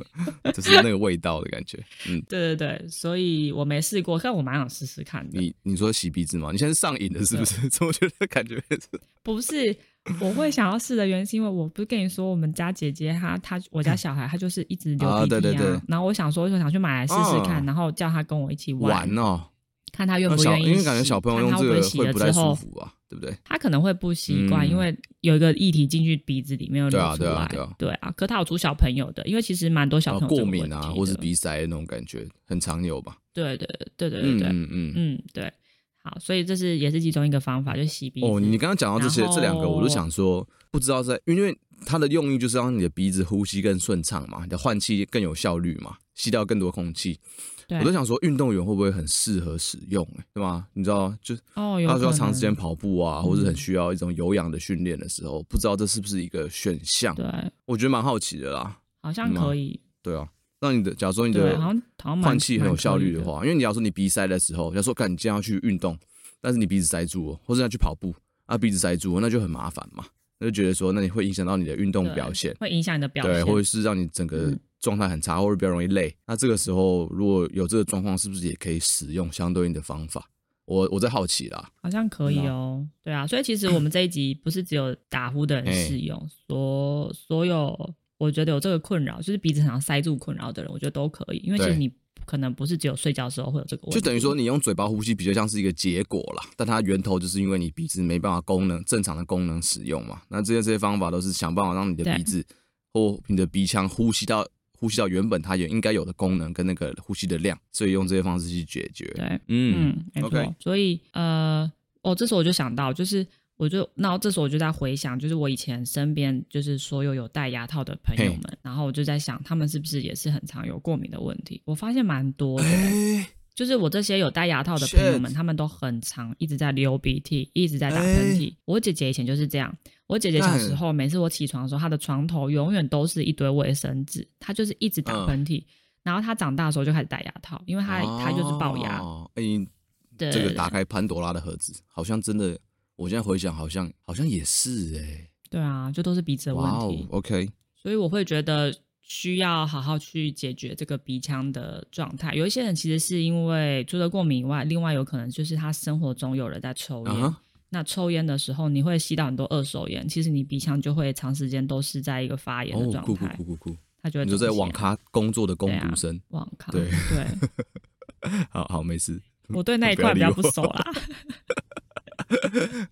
Speaker 2: 能，就是那个味道的感觉。嗯，
Speaker 1: 对对对，所以我没试过，但我蛮想试试看的。
Speaker 2: 你你说洗鼻子吗？你现在是上瘾的，是不是？ <laughs> 怎么觉得
Speaker 1: <laughs>
Speaker 2: 感觉是？
Speaker 1: 不是，我会想要试的原因是因为我不是跟你说，我们家姐姐她她我家小孩她就是一直流鼻涕
Speaker 2: 啊对对对
Speaker 1: 然后我想说，就想去买来试试看，
Speaker 2: 嗯
Speaker 1: 然后叫她跟我一起玩，
Speaker 2: 玩哦，
Speaker 1: 看她愿
Speaker 2: 那
Speaker 1: 不
Speaker 2: 小
Speaker 1: 愿意洗。
Speaker 2: 因为感觉小朋友
Speaker 1: 看
Speaker 2: 用
Speaker 1: 她
Speaker 2: 这
Speaker 1: 会
Speaker 2: 个
Speaker 1: 洗
Speaker 2: 会
Speaker 1: 了
Speaker 2: 不
Speaker 1: 之
Speaker 2: 太舒
Speaker 1: 后，
Speaker 2: 服啊，对不对？
Speaker 1: 她可能会不习惯，
Speaker 2: 嗯
Speaker 1: 因为有一个液体进去鼻子里面又流
Speaker 2: 对
Speaker 1: 出
Speaker 2: 啊
Speaker 1: 来。
Speaker 2: 对啊对啊
Speaker 1: 可她有出小朋友的，因为其实蛮多小
Speaker 2: 然
Speaker 1: 朋
Speaker 2: 后
Speaker 1: 友这
Speaker 2: 过
Speaker 1: 个问
Speaker 2: 敏
Speaker 1: 题
Speaker 2: 啊，
Speaker 1: 的
Speaker 2: 或是鼻塞的那种感觉，很常有吧？
Speaker 1: 对对对对对
Speaker 2: 嗯
Speaker 1: 对，嗯
Speaker 2: 嗯嗯。
Speaker 1: 对，好，所以这是也是其中一个方法，就洗鼻子。
Speaker 2: 哦，你刚刚讲到这些
Speaker 1: 然后
Speaker 2: 这两个，我就想说，不知道在因为它的用意就是让你的鼻子呼吸更顺畅嘛，你的换气更有效率嘛，吸到更多空气。
Speaker 1: 对
Speaker 2: 我都想说，运动员会不会很适合使用、欸？对吗？你知道，就
Speaker 1: 哦，有
Speaker 2: 他说要
Speaker 1: 可
Speaker 2: 长时间
Speaker 1: 能嗯
Speaker 2: 跑步啊，或者很需要一种有氧的训练的时候，不知道这是不是一个选项？
Speaker 1: 对，
Speaker 2: 我觉得蛮好奇的啦。
Speaker 1: 好像
Speaker 2: 嗯啊
Speaker 1: 可以。
Speaker 2: 对啊，那你的假如说你
Speaker 1: 对，
Speaker 2: 的
Speaker 1: 好像好像蛮
Speaker 2: 换气很有效率
Speaker 1: 蛮
Speaker 2: 的
Speaker 1: 可以
Speaker 2: 话，因为你要说你鼻塞的时候，要说干你今天要去运动，但是你鼻子塞住了，或者要去跑步，啊鼻子塞住了，那就很麻烦嘛，那就觉得说那你会影响到你的运动
Speaker 1: 对
Speaker 2: 表现，
Speaker 1: 会影响你的表
Speaker 2: 对，
Speaker 1: 现，
Speaker 2: 或者是让你整个
Speaker 1: 嗯
Speaker 2: 状态很差，或者比较容易累。那这个时候如果有这个状况，是不是也可以使用相对应的方法？我我在好奇啦，
Speaker 1: 好像可以哦。对啊，所以其实我们这一集不是只有打呼的人适用，所所有我觉得有这个困扰，就是鼻子常塞住困扰的人，我觉得都可以，因为其实
Speaker 2: 对
Speaker 1: 你可能不是只有睡觉的时候会有这个问题，
Speaker 2: 就等于说你用嘴巴呼吸比较像是一个结果啦，但它源头就是因为你鼻子没办法功能正常的功能使用嘛。那这些这些方法都是想办法让你的
Speaker 1: 对
Speaker 2: 鼻子或你的鼻腔呼吸到呼吸到原本它也应该有的功能跟那个呼吸的量，所以用这些方式去解决。
Speaker 1: 对，
Speaker 2: 嗯，
Speaker 1: 嗯，没错。
Speaker 2: OK
Speaker 1: 所以呃，哦，这时候我就想到，就是我就那这时候我就在回想，就是我以前身边就是所有有戴牙套的朋友
Speaker 2: 嘿
Speaker 1: 们，然后我就在想，他们是不是也是很常有过敏的问题？我发现蛮多
Speaker 2: <laughs>
Speaker 1: 的。 <laughs>
Speaker 2: 哎
Speaker 1: 就是我这些有戴牙套的朋友们，
Speaker 2: Shit 哎
Speaker 1: 他们都很常一直在流鼻涕，一直在打喷嚏。我姐姐以前就是这样。我姐姐小时候，每次我起床的时候，她的床头永远都是一堆卫生纸，她就是一直打
Speaker 2: 嗯
Speaker 1: 喷嚏。然后她长大的时候就开始戴牙套，因为她、她就是龅牙。
Speaker 2: 哦哎、你
Speaker 1: 对，
Speaker 2: 这
Speaker 1: 对
Speaker 2: 个
Speaker 1: 对
Speaker 2: 打开潘多拉的盒子，好像真的，我现在回想好像好像也是哎、
Speaker 1: 对啊，就都是鼻子的问
Speaker 2: 哇哦
Speaker 1: 题，
Speaker 2: ，OK，
Speaker 1: 所以我会觉得需要好好去解决这个鼻腔的状态。有一些人其实是因为除了过敏以外，另外有可能就是他生活中有人在抽
Speaker 2: 啊
Speaker 1: 烟。
Speaker 2: 哈，
Speaker 1: 那抽烟的时候，你会吸到很多二手烟，其实你鼻腔就会长时间都是在一个发炎的
Speaker 2: 哦，
Speaker 1: 状
Speaker 2: 酷酷
Speaker 1: 态，
Speaker 2: 酷酷酷，
Speaker 1: 它就会
Speaker 2: 你说在
Speaker 1: 肿起来
Speaker 2: 网咖工作的工
Speaker 1: 对啊
Speaker 2: 读生。
Speaker 1: 网咖
Speaker 2: 对
Speaker 1: 对，
Speaker 2: <laughs> 好好，没事。
Speaker 1: 我对那一
Speaker 2: 不要
Speaker 1: 块比
Speaker 2: 理
Speaker 1: 较
Speaker 2: 我
Speaker 1: 不熟啦。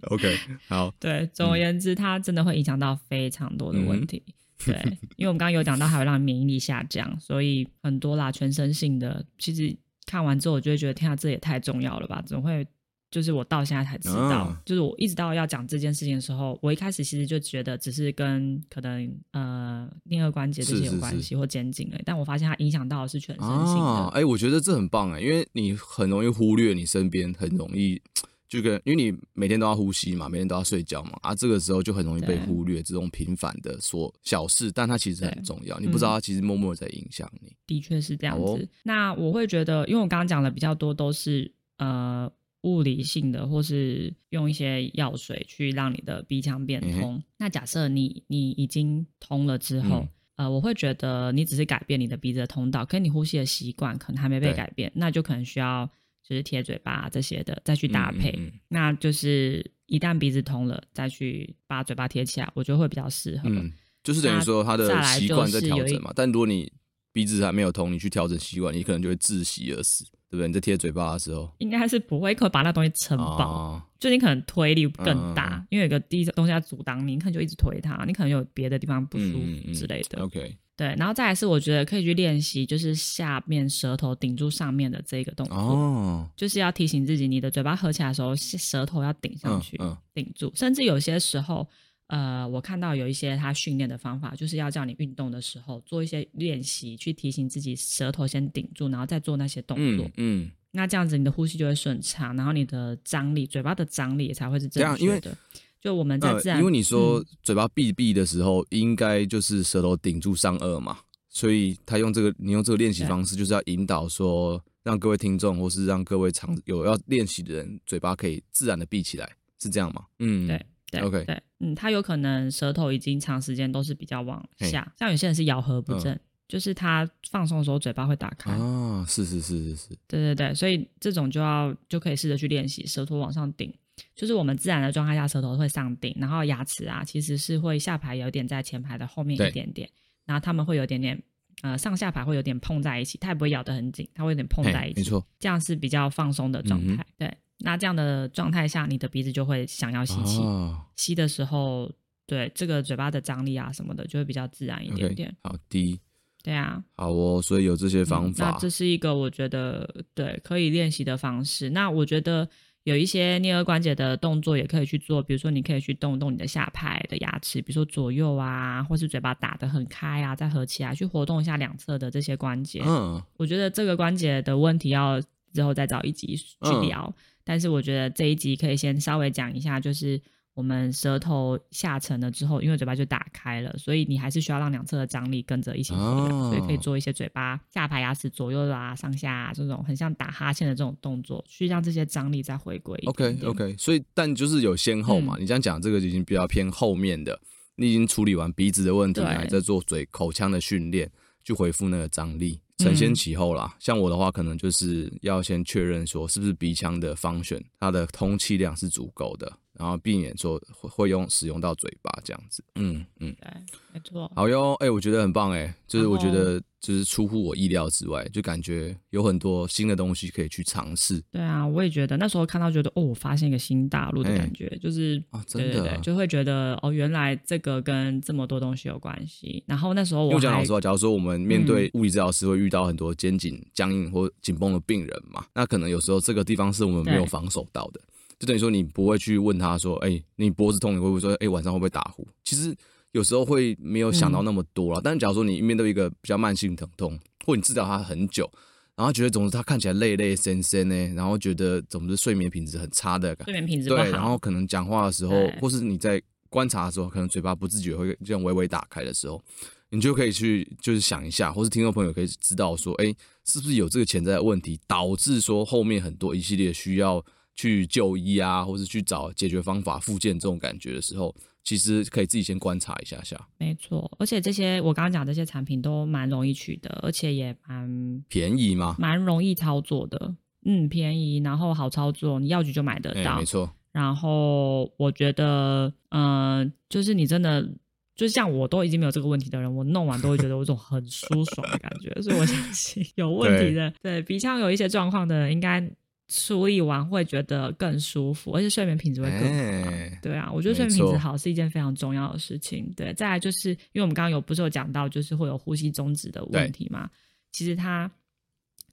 Speaker 2: OK，好，
Speaker 1: <laughs> 对，总
Speaker 2: 嗯
Speaker 1: 而言之，它真的会影响到非常多的问题。对，因为我们刚刚有讲到，还会让免疫力下降，所以很多啦，全身性的，其实看完之后，我就会觉得，天啊，这也太重要了吧？怎么会？就是我到现在才知道，
Speaker 2: 啊
Speaker 1: 就是我一直到要讲这件事情的时候，我一开始其实就觉得只是跟可能呃颞颌关节这
Speaker 2: 是
Speaker 1: 些有
Speaker 2: 是
Speaker 1: 关
Speaker 2: 是
Speaker 1: 系或肩颈而已，但我发现它影响到的是全身性的。
Speaker 2: 啊，哎、我觉得这很棒哎，因为你很容易忽略你身边，很容易就跟因为你每天都要呼吸嘛，每天都要睡觉嘛，啊，这个时候就很容易被
Speaker 1: 对
Speaker 2: 忽略这种平凡的所小事，但它其实
Speaker 1: 对嗯
Speaker 2: 很重要，你不知道它其实默默地在影响你。
Speaker 1: 的确是这样子。
Speaker 2: 好哦
Speaker 1: 那我会觉得，因为我刚刚讲的比较多都是呃物理性的，或是用一些药水去让你的鼻腔变
Speaker 2: 嗯
Speaker 1: 通。那假设你你已经通了之后。
Speaker 2: 嗯
Speaker 1: 呃，我会觉得你只是改变你的鼻子的通道，可是你呼吸的习惯可能还没被
Speaker 2: 对
Speaker 1: 改变，那就可能需要就是贴嘴巴、啊这些的再去搭配。
Speaker 2: 嗯嗯嗯
Speaker 1: 那就是一旦鼻子通了，再去把嘴巴贴起来，我觉得会比较适合。
Speaker 2: 嗯，就是等于说他
Speaker 1: 那再
Speaker 2: 的
Speaker 1: 来
Speaker 2: 习
Speaker 1: 就
Speaker 2: 惯在
Speaker 1: 是
Speaker 2: 调
Speaker 1: 有一
Speaker 2: 整嘛，但如果你鼻子还没有通，你去调整习惯，你可能就会窒息而死，对不对？你在贴嘴巴的时候，
Speaker 1: 应该是不会可能把那东西撑爆，
Speaker 2: 啊，
Speaker 1: 就你可能推力更大，
Speaker 2: 嗯嗯
Speaker 1: 因为有个地东西在阻挡你，你可能就一直推它，你可能有别的地方不舒
Speaker 2: 嗯嗯
Speaker 1: 服
Speaker 2: 嗯
Speaker 1: 之类的。
Speaker 2: OK，
Speaker 1: 对，然后再来是我觉得可以去练习，就是下面舌头顶住上面的这个动作，
Speaker 2: 哦，
Speaker 1: 就是要提醒自己，你的嘴巴合起来的时候，舌头要顶上
Speaker 2: 嗯
Speaker 1: 去，
Speaker 2: 嗯
Speaker 1: 顶住。甚至有些时候，呃，我看到有一些他训练的方法，就是要叫你运动的时候做一些练习，去提醒自己舌头先顶住，然后再做那些动作。
Speaker 2: 嗯嗯，
Speaker 1: 那这样子你的呼吸就会顺畅，然后你的张力，嘴巴的张力也才会是
Speaker 2: 这
Speaker 1: 正
Speaker 2: 样啊因
Speaker 1: 确
Speaker 2: 为
Speaker 1: 的。就我们在
Speaker 2: 呃
Speaker 1: 自然，，嗯
Speaker 2: 因为你说嘴巴闭闭的时候，应该就是舌头顶住上颚嘛，所以他用这个，你用这个练习
Speaker 1: 对
Speaker 2: 方式，就是要引导说，让各位听众或是让各位常有要练习的人，嘴巴可以自然的闭起来，是这样吗？嗯，
Speaker 1: 对，对
Speaker 2: OK
Speaker 1: 对，嗯，他有可能舌头已经长时间都是比较往
Speaker 2: 嘿嗯
Speaker 1: 下，像有些人是咬合不正，就是他放松的时候嘴巴会打开，
Speaker 2: 啊，是是是是是，
Speaker 1: 对对对，所以这种就要就可以试着去练习舌头往上顶，就是我们自然的状态下舌头会上顶，然后牙齿啊其实是会下排有点在前排的后面
Speaker 2: 对
Speaker 1: 一点点，然后他们会有点点呃上下排会有点碰在一起，它也不会咬得很紧，它会有点碰
Speaker 2: 嘿
Speaker 1: 在一起，
Speaker 2: 没错，
Speaker 1: 这样是比较放松的状
Speaker 2: 嗯
Speaker 1: 态。对，那这样的状态下，你的鼻子就会想要吸气，
Speaker 2: 啊
Speaker 1: 吸的时候，对这个嘴巴的张力啊什么的，就会比较自然一点点。
Speaker 2: ，OK，好，第一，
Speaker 1: 对啊，
Speaker 2: 好哦，所以有这些方
Speaker 1: 嗯那
Speaker 2: 法
Speaker 1: 这，是一个我觉得对可以练习的方式。那我觉得有一些颞颌关节的动作也可以去做，比如说你可以去动动你的下排的牙齿，比如说左右啊，或是嘴巴打得很开啊，再合起来，去活动一下两侧的这些关节。
Speaker 2: 嗯，
Speaker 1: 我觉得这个关节的问题要之后再找一集去
Speaker 2: 嗯
Speaker 1: 聊，但是我觉得这一集可以先稍微讲一下，就是我们舌头下沉了之后，因为嘴巴就打开了，所以你还是需要让两侧的张力跟着一起回来，
Speaker 2: 哦
Speaker 1: 所以可以做一些嘴巴下排牙齿左右啦、上下、啊、这种很像打哈欠的这种动作，去让这些张力再回归一点
Speaker 2: OK
Speaker 1: 点。嗯
Speaker 2: OK，所以但就是有先后嘛，你这样讲这个已经比较偏后面的，你已经处理完鼻子的问题，
Speaker 1: 对
Speaker 2: 还在做嘴口腔的训练，去回复那个张力，承
Speaker 1: 嗯
Speaker 2: 先启后啦。像我的话，可能就是要先确认说是不是鼻腔的方选，它的通气量是足够的，然后避免说会会用使用到嘴巴这样子。嗯嗯。
Speaker 1: 对，没错。
Speaker 2: 好哟，哎、我觉得很棒哎、就是
Speaker 1: 然
Speaker 2: 我觉
Speaker 1: 后
Speaker 2: 得就是出乎我意料之外，就感觉有很多新的东西可以去尝试
Speaker 1: 对啊，我也觉得那时候看到觉得哦，我发现一个新大陆的
Speaker 2: 哎
Speaker 1: 感觉，就是
Speaker 2: 啊，真
Speaker 1: 对
Speaker 2: 的。
Speaker 1: 对对，就会觉得哦，原来这个跟这么多东西有关系。然后那时候
Speaker 2: 因为
Speaker 1: 我
Speaker 2: 讲
Speaker 1: 还
Speaker 2: 老实话，假如说我们面对物理治疗师会遇到很多肩颈僵硬或紧绷的病人嘛，那可能有时候这个地方是我们没有
Speaker 1: 对
Speaker 2: 防守到的，就等于说你不会去问他说，哎、你脖子痛，你会不会说，哎、晚上会不会打呼？其实有时候会没有想到
Speaker 1: 嗯
Speaker 2: 那么多啦。但是假如说你面对一个比较慢性疼痛，或你治疗他很久，然后觉得总之他看起来累累森森呢，然后觉得总之睡眠品质很差的感觉
Speaker 1: 睡眠品质不好，
Speaker 2: 对，然后可能讲话的时候
Speaker 1: 对，
Speaker 2: 或是你在观察的时候，可能嘴巴不自觉会这样微微打开的时候，你就可以去就是想一下，或是听众朋友可以知道说，哎，是不是有这个潜在的问题，导致说后面很多一系列需要去就医啊，或是去找解决方法、复健这种感觉的时候，其实可以自己先观察一下下，
Speaker 1: 没错。而且这些我刚刚讲这些产品都蛮容易取得，而且也蛮
Speaker 2: 便宜吗？
Speaker 1: 蛮容易操作的。嗯，便宜，然后好操作，你药局就买得
Speaker 2: 哎，
Speaker 1: 到
Speaker 2: 没。错，
Speaker 1: 然后我觉得，嗯、就是你真的，就像我都已经没有这个问题的人，我弄完都会觉得有一种很舒爽的感觉。所以我相信有问题的，对鼻腔有一些状况的人，应该处理完会觉得更舒服，而且睡眠品质会更好啊。
Speaker 2: 哎
Speaker 1: 对啊，我觉得睡
Speaker 2: 没
Speaker 1: 眠品质
Speaker 2: 错
Speaker 1: 好是一件非常重要的事情。对，再来就是因为我们刚刚有不是有讲到，就是会有呼吸终止的
Speaker 2: 对
Speaker 1: 问题嘛？其实它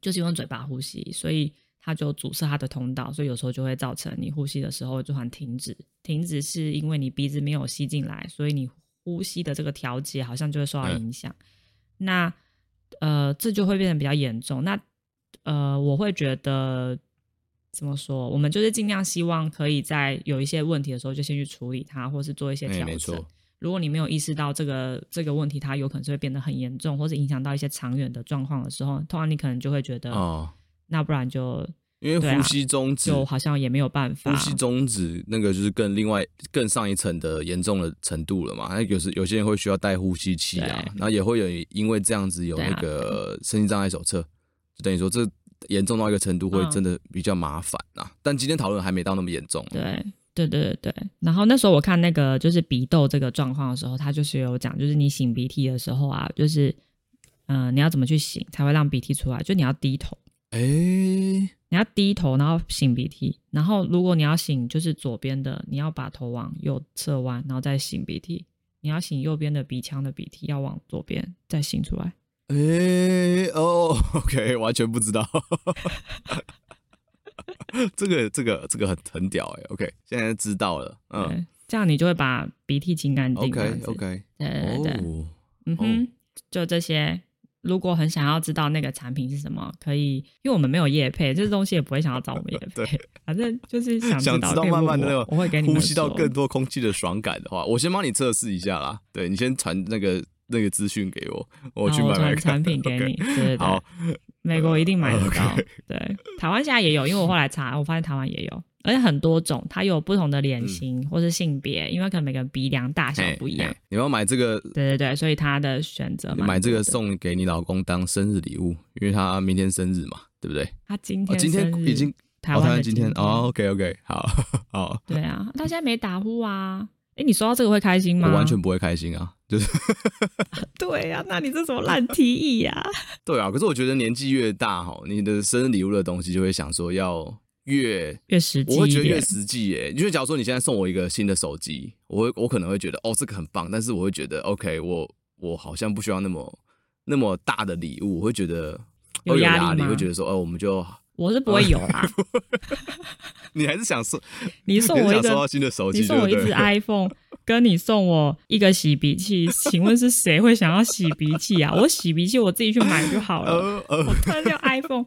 Speaker 1: 就是用嘴巴呼吸，所以它就阻塞它的通道，所以有时候就会造成你呼吸的时候就很停止。停止是因为你鼻子没有吸进来，所以你呼吸的这个调节好像就会受到
Speaker 2: 嗯
Speaker 1: 影响。那呃，这就会变得比较严重。那呃，我会觉得怎么说？我们就是尽量希望可以在有一些问题的时候就先去处理它，或是做一些
Speaker 2: 哎，
Speaker 1: 调
Speaker 2: 没
Speaker 1: 整。
Speaker 2: 错，
Speaker 1: 如果你没有意识到这个这个问题，它有可能是会变得很严重，或是影响到一些长远的状况的时候，通常你可能就会觉得，
Speaker 2: 哦，
Speaker 1: 那不然就
Speaker 2: 因
Speaker 1: 对
Speaker 2: 为
Speaker 1: 啊
Speaker 2: 呼吸终止
Speaker 1: 就好像也没有办法
Speaker 2: 呼。吸终止那个就是更另外更上一层的严重的程度了嘛。那有时有些人会需要带呼吸器啊
Speaker 1: 对，
Speaker 2: 然后也会有因为这样子有
Speaker 1: 对啊
Speaker 2: 那个身心障碍手册，就等于说这严重到一个程度会
Speaker 1: 嗯
Speaker 2: 真的比较麻烦啊。但今天讨论还没到那么严重，
Speaker 1: 对对对对对。然后那时候我看那个就是鼻窦这个状况的时候，他就是有讲，就是你擤鼻涕的时候啊，就是嗯、呃你要怎么去擤才会让鼻涕出来？就你要低头，
Speaker 2: 哎、
Speaker 1: 你要低头，然后擤鼻涕。然后如果你要擤就是左边的，你要把头往右侧弯，然后再擤鼻涕。你要擤右边的鼻腔的鼻涕，要往左边再擤出来。
Speaker 2: 哎、哦，OK，完 <laughs> 全不知道。这个这个这个很很屌哎、o k 现在知道了，嗯，
Speaker 1: 对这样你就会把鼻涕清干净。这样
Speaker 2: OK
Speaker 1: 子
Speaker 2: OK，
Speaker 1: 对对对对
Speaker 2: 哦，
Speaker 1: 嗯哼，就这些。如果很想要知道那个产品是什么，可以，因为我们没有业配，这东西也不会想要找我们业配
Speaker 2: <laughs> 对。
Speaker 1: 反正就是想
Speaker 2: 想
Speaker 1: 道
Speaker 2: 知
Speaker 1: 可
Speaker 2: 道
Speaker 1: 以问
Speaker 2: 慢慢的
Speaker 1: 我
Speaker 2: 那
Speaker 1: 我会给
Speaker 2: 个
Speaker 1: 你们
Speaker 2: 呼吸到
Speaker 1: 说
Speaker 2: 更多空气的爽感的话，我先帮你测试一下啦。对你先传那个那个资讯给我，我
Speaker 1: 然
Speaker 2: 去
Speaker 1: 后
Speaker 2: 买买
Speaker 1: 哦传
Speaker 2: 看
Speaker 1: 产品给
Speaker 2: OK <laughs>
Speaker 1: 你，对对对
Speaker 2: 好，哦
Speaker 1: 美国一定买得到
Speaker 2: OK。
Speaker 1: 对，台湾现在也有，因为我后来查，我发现台湾也有，而且很多种，它有不同的脸型或是性别，因为可能每个人鼻梁大小
Speaker 2: 嘿
Speaker 1: 不一样
Speaker 2: 嗯嘿。你要买这个，
Speaker 1: 对对对，所以它的选择蛮
Speaker 2: 买这个
Speaker 1: 多的，
Speaker 2: 送给你老公当生日礼物，因为他明天生日嘛，对不对？
Speaker 1: 他今
Speaker 2: 哦，
Speaker 1: 天
Speaker 2: 今天
Speaker 1: 生
Speaker 2: 已
Speaker 1: 日
Speaker 2: 经，
Speaker 1: 台
Speaker 2: 哦，台
Speaker 1: 湾
Speaker 2: 湾
Speaker 1: 的
Speaker 2: 今天哦，OK OK，好 <laughs> 好，
Speaker 1: 对啊，他现在没打呼啊。哎，你说到这个会开心吗？
Speaker 2: 我完全不会开心啊，就是 <laughs>
Speaker 1: 对啊，那你这什么烂提议呀、
Speaker 2: 对啊，可是我觉得年纪越大哈，你的生日礼物的东西就会想说要越
Speaker 1: <laughs> 越实际
Speaker 2: 我会觉
Speaker 1: 一
Speaker 2: 得越
Speaker 1: 点，
Speaker 2: 实际耶、因为假如说你现在送我一个新的手机，我会我可能会觉得哦这个很棒，但是我会觉得 OK，我我好像不需要那么那么大的礼物，我会觉得
Speaker 1: 有
Speaker 2: 哦
Speaker 1: 压力
Speaker 2: 压力，
Speaker 1: 吗
Speaker 2: 会觉得说哦我们就
Speaker 1: 我是不会有啦。
Speaker 2: <laughs> 你还是想
Speaker 1: <laughs>
Speaker 2: 送
Speaker 1: 你送我一
Speaker 2: 你是想收
Speaker 1: 个
Speaker 2: 到新的手机
Speaker 1: 你送我一
Speaker 2: 对不
Speaker 1: 只
Speaker 2: 对
Speaker 1: iPhone，跟你送我一个洗鼻器，请问是谁会想要洗鼻器啊？我洗鼻器我自己去买就好了。
Speaker 2: <laughs> 呃呃
Speaker 1: 我，突然叫 iPhone，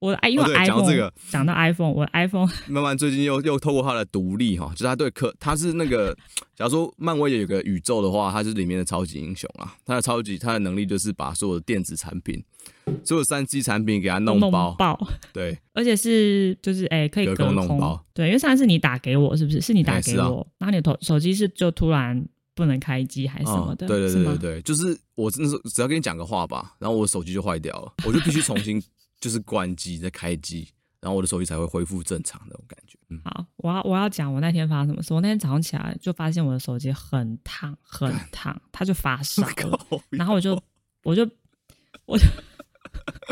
Speaker 1: 我的 i 因为
Speaker 2: 哦对讲到
Speaker 1: iPhone
Speaker 2: 这个
Speaker 1: 讲到 iPhone，我的 iPhone
Speaker 2: 慢慢最近又又透过他的独立哈，就是他对科，他是那个，假如说漫威有个宇宙的话，他是里面的超级英雄啊，他的超级他的能力就是把所有的电子产品，所有三 C 产品给他弄
Speaker 1: 弄
Speaker 2: 包，
Speaker 1: 爆，
Speaker 2: 对，
Speaker 1: 而且是就是哎、可以
Speaker 2: 隔
Speaker 1: 隔
Speaker 2: 空弄包
Speaker 1: 对，因为上次你打给我是不是？是你打
Speaker 2: 哎
Speaker 1: 给
Speaker 2: 是啊
Speaker 1: 我，然后你的头手机是就突然不能开机还是什么的，
Speaker 2: 嗯、对对
Speaker 1: 是
Speaker 2: 对
Speaker 1: 吗
Speaker 2: 对对，就是我真的是只要跟你讲个话吧，然后我手机就坏掉
Speaker 1: <laughs>
Speaker 2: 了，我就必须重新就是关机再开机，然后我的手机才会恢复正常那种感觉。嗯，
Speaker 1: 好，我要我要讲我那天发生什么事。我那天早上起来就发现我的手机很烫，很烫，它就发
Speaker 2: <laughs>
Speaker 1: 烧了。
Speaker 2: 靠
Speaker 1: 然后我就我就我就 <laughs>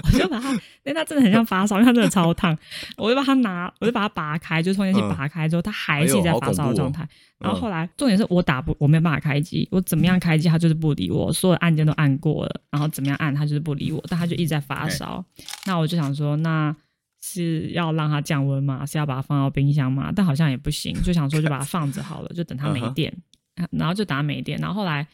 Speaker 1: 我就把它，因为它真的很像发烧，因为它真的超烫。我就把它拿，我就把它拔开，就充电器
Speaker 2: 嗯
Speaker 1: 拔开之后，它
Speaker 2: 哎
Speaker 1: 还
Speaker 2: 呦
Speaker 1: 是在
Speaker 2: 好
Speaker 1: 发
Speaker 2: 恐
Speaker 1: 烧的
Speaker 2: 怖
Speaker 1: 状
Speaker 2: 哦
Speaker 1: 态。然后
Speaker 2: 嗯
Speaker 1: 后来重点是我打不，我没有办法开机，我怎么样开机它就是不理我，所有按键都按过了，然后怎么样按它就是不理我，但它就一直在
Speaker 2: 哎
Speaker 1: 发烧。那我就想说，那是要让它降温吗？是要把它放到冰箱吗？但好像也不行，就想说就把它放着好了，就等它没
Speaker 2: 嗯哼
Speaker 1: 电，啊然后就等它没电，然后后来。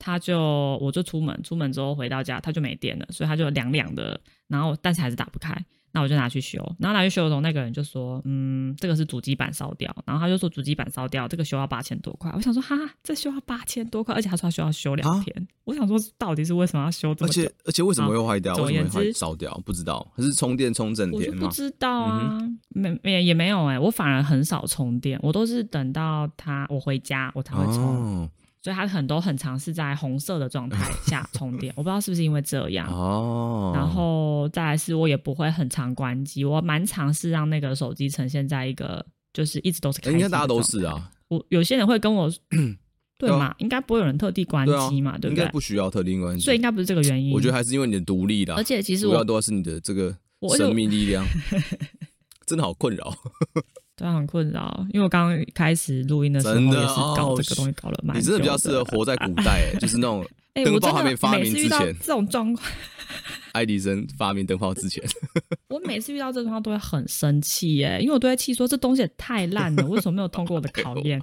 Speaker 1: 它就我就出门，出门之后回到家，它就没电了，所以它就凉凉的，然后但是还是打不开，那我就拿去修，然后拿去修的时候，那个人就说，嗯，这个是主机板烧掉，然后他就说主机板烧掉，这个修要八千多块，我想说哈，这修要八千多块，而且他说他修要修两
Speaker 2: 啊
Speaker 1: 天，我想说到底是为什么要修这
Speaker 2: 而
Speaker 1: 么啊久
Speaker 2: 且？而且为什么
Speaker 1: 好
Speaker 2: 会坏掉？
Speaker 1: 总而
Speaker 2: 为什么
Speaker 1: 言
Speaker 2: 会坏
Speaker 1: 之
Speaker 2: 烧掉？不知道，它是充电充整
Speaker 1: 我就
Speaker 2: 天
Speaker 1: 不
Speaker 2: 吗？嗯
Speaker 1: 知道啊，没没也没有哎、我反而很少充电，我都是等到他我回家我才会充，
Speaker 2: 哦
Speaker 1: 所以他很多很长是在红色的状
Speaker 2: <laughs>
Speaker 1: 态下充电，我不知道是不是因为这样，
Speaker 2: 哦，
Speaker 1: 啊然后再来是我也不会很常关机，我蛮尝试让那个手机呈现在一个就是一直都是开
Speaker 2: 哎
Speaker 1: 机
Speaker 2: 应
Speaker 1: 的
Speaker 2: 该大家都
Speaker 1: 状态
Speaker 2: 是。啊，
Speaker 1: 我有些人会跟
Speaker 2: <clears throat>
Speaker 1: 我，对
Speaker 2: 对啊
Speaker 1: 嘛？应该不会有人特地关
Speaker 2: 对啊
Speaker 1: 机嘛，，对
Speaker 2: 应
Speaker 1: 不
Speaker 2: 该
Speaker 1: 对？
Speaker 2: 不需要特定关
Speaker 1: 所以应
Speaker 2: 系。
Speaker 1: 该不是这个原因。
Speaker 2: 我觉得还是因为你的独立啦，
Speaker 1: 而且其实
Speaker 2: 主要
Speaker 1: 我
Speaker 2: 都要是你的这个
Speaker 1: 我
Speaker 2: 生命
Speaker 1: <laughs>
Speaker 2: 力量，真的好困扰。
Speaker 1: 对啊很困扰，因为我刚刚开始录音的时候
Speaker 2: 真
Speaker 1: 也
Speaker 2: 的
Speaker 1: 是搞
Speaker 2: 哦
Speaker 1: 这个东西搞了蛮
Speaker 2: 你真的比较
Speaker 1: 久
Speaker 2: 适合活在古代，哎就是那
Speaker 1: <laughs>
Speaker 2: 种
Speaker 1: 哎，
Speaker 2: 灯
Speaker 1: 我
Speaker 2: 泡
Speaker 1: 真
Speaker 2: 还没发
Speaker 1: 的每
Speaker 2: 明
Speaker 1: 次
Speaker 2: 之
Speaker 1: 遇到
Speaker 2: 前
Speaker 1: 这种状况， <laughs>
Speaker 2: 爱迪生发明灯泡之前，
Speaker 1: 我每次遇到这种状况都会很生气耶，因为我都会气说这东西也太烂
Speaker 2: <laughs>
Speaker 1: 了，为什么没有通过我的
Speaker 2: 哎
Speaker 1: 考验？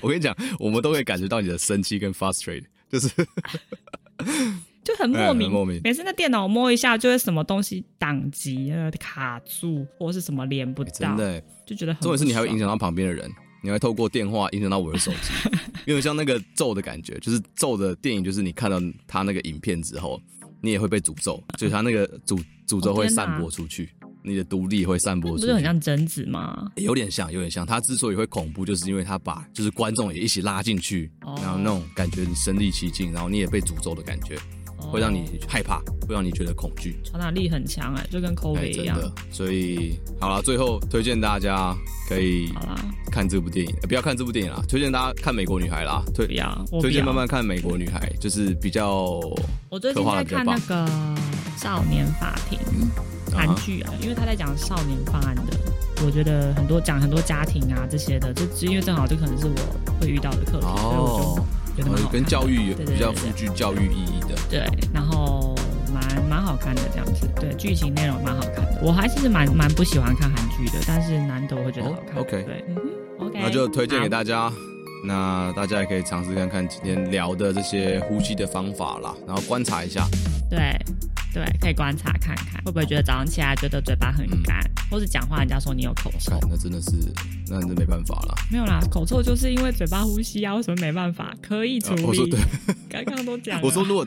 Speaker 2: 我跟你讲，我们都会感觉到你的生气跟 frustrate，就是
Speaker 1: 啊就很莫
Speaker 2: 哎
Speaker 1: 名，
Speaker 2: 很莫名
Speaker 1: 每次那电脑我摸一下，就会什么东西宕机、呃卡住，或是什么连不到，
Speaker 2: 真的、欸。
Speaker 1: 就觉得很。
Speaker 2: 重点是你还会影。响到旁边的人，你还透过电话影响到我的手机，
Speaker 1: <laughs>
Speaker 2: 有点像那个咒的感觉，就是咒的电影，就是你看到他那个影片之后，你也会被诅咒，就是他那个诅诅咒
Speaker 1: 哦
Speaker 2: 会
Speaker 1: 天哪
Speaker 2: 散播出去，你的独立会散播
Speaker 1: 不
Speaker 2: 出
Speaker 1: 是很
Speaker 2: 去。
Speaker 1: 像贞子吗？
Speaker 2: 有点像，有点像。他之所以会恐怖，就是因为他把就是观众也一起拉进去，
Speaker 1: 哦
Speaker 2: 然后那种感觉你身临其境，然后你也被诅咒的感觉，
Speaker 1: 哦
Speaker 2: 会让你害怕，会让你觉得恐惧。
Speaker 1: 传染力很强哎、就跟
Speaker 2: 哎
Speaker 1: COVID 一
Speaker 2: 真
Speaker 1: 样。
Speaker 2: 的，所以好了，最后推荐大家可以
Speaker 1: 好啦，
Speaker 2: 看这部电影、呃不要看这部电影啦，推荐大家看《美国女孩》啦，
Speaker 1: 不
Speaker 2: 推
Speaker 1: 要，我不
Speaker 2: 推
Speaker 1: 要。
Speaker 2: 荐慢慢看《美国女孩》，就是比较
Speaker 1: 我最近
Speaker 2: 刻画
Speaker 1: 在
Speaker 2: 得比较
Speaker 1: 看那
Speaker 2: 棒嗯
Speaker 1: 个《少年法庭》韩剧啊，因为他在讲少年犯案的，我觉得很多讲很多家庭啊这些的，就就因为正好这可能是我会遇到的课题，
Speaker 2: 哦，
Speaker 1: 所以我就觉得蛮好看的
Speaker 2: 跟教育有
Speaker 1: 对对对
Speaker 2: 比较
Speaker 1: 对
Speaker 2: 富具教育意义的。
Speaker 1: 对，然后蛮蛮好看的这样子，对，剧情内容蛮好看的，我还是蛮蛮不喜欢看韩剧的，但是难得我会觉得好看。
Speaker 2: 哦，OK
Speaker 1: 对，嗯哼，OK，
Speaker 2: 那就推荐给大家，那大家也可以尝试看看今天聊的这些呼吸的方法啦，然后观察一下。
Speaker 1: 对对，可以观察看看，会不会觉得早上起来觉得嘴巴很干，
Speaker 2: 嗯
Speaker 1: 或是讲话人家说你有口臭
Speaker 2: 看，？那真的是，那真的没办法啦。
Speaker 1: 没有啦，口臭就是因为嘴巴呼吸啊，为什么没办法？可以处
Speaker 2: 啊我说
Speaker 1: 理
Speaker 2: 对。
Speaker 1: <laughs> 刚刚都讲了。
Speaker 2: 我说，如果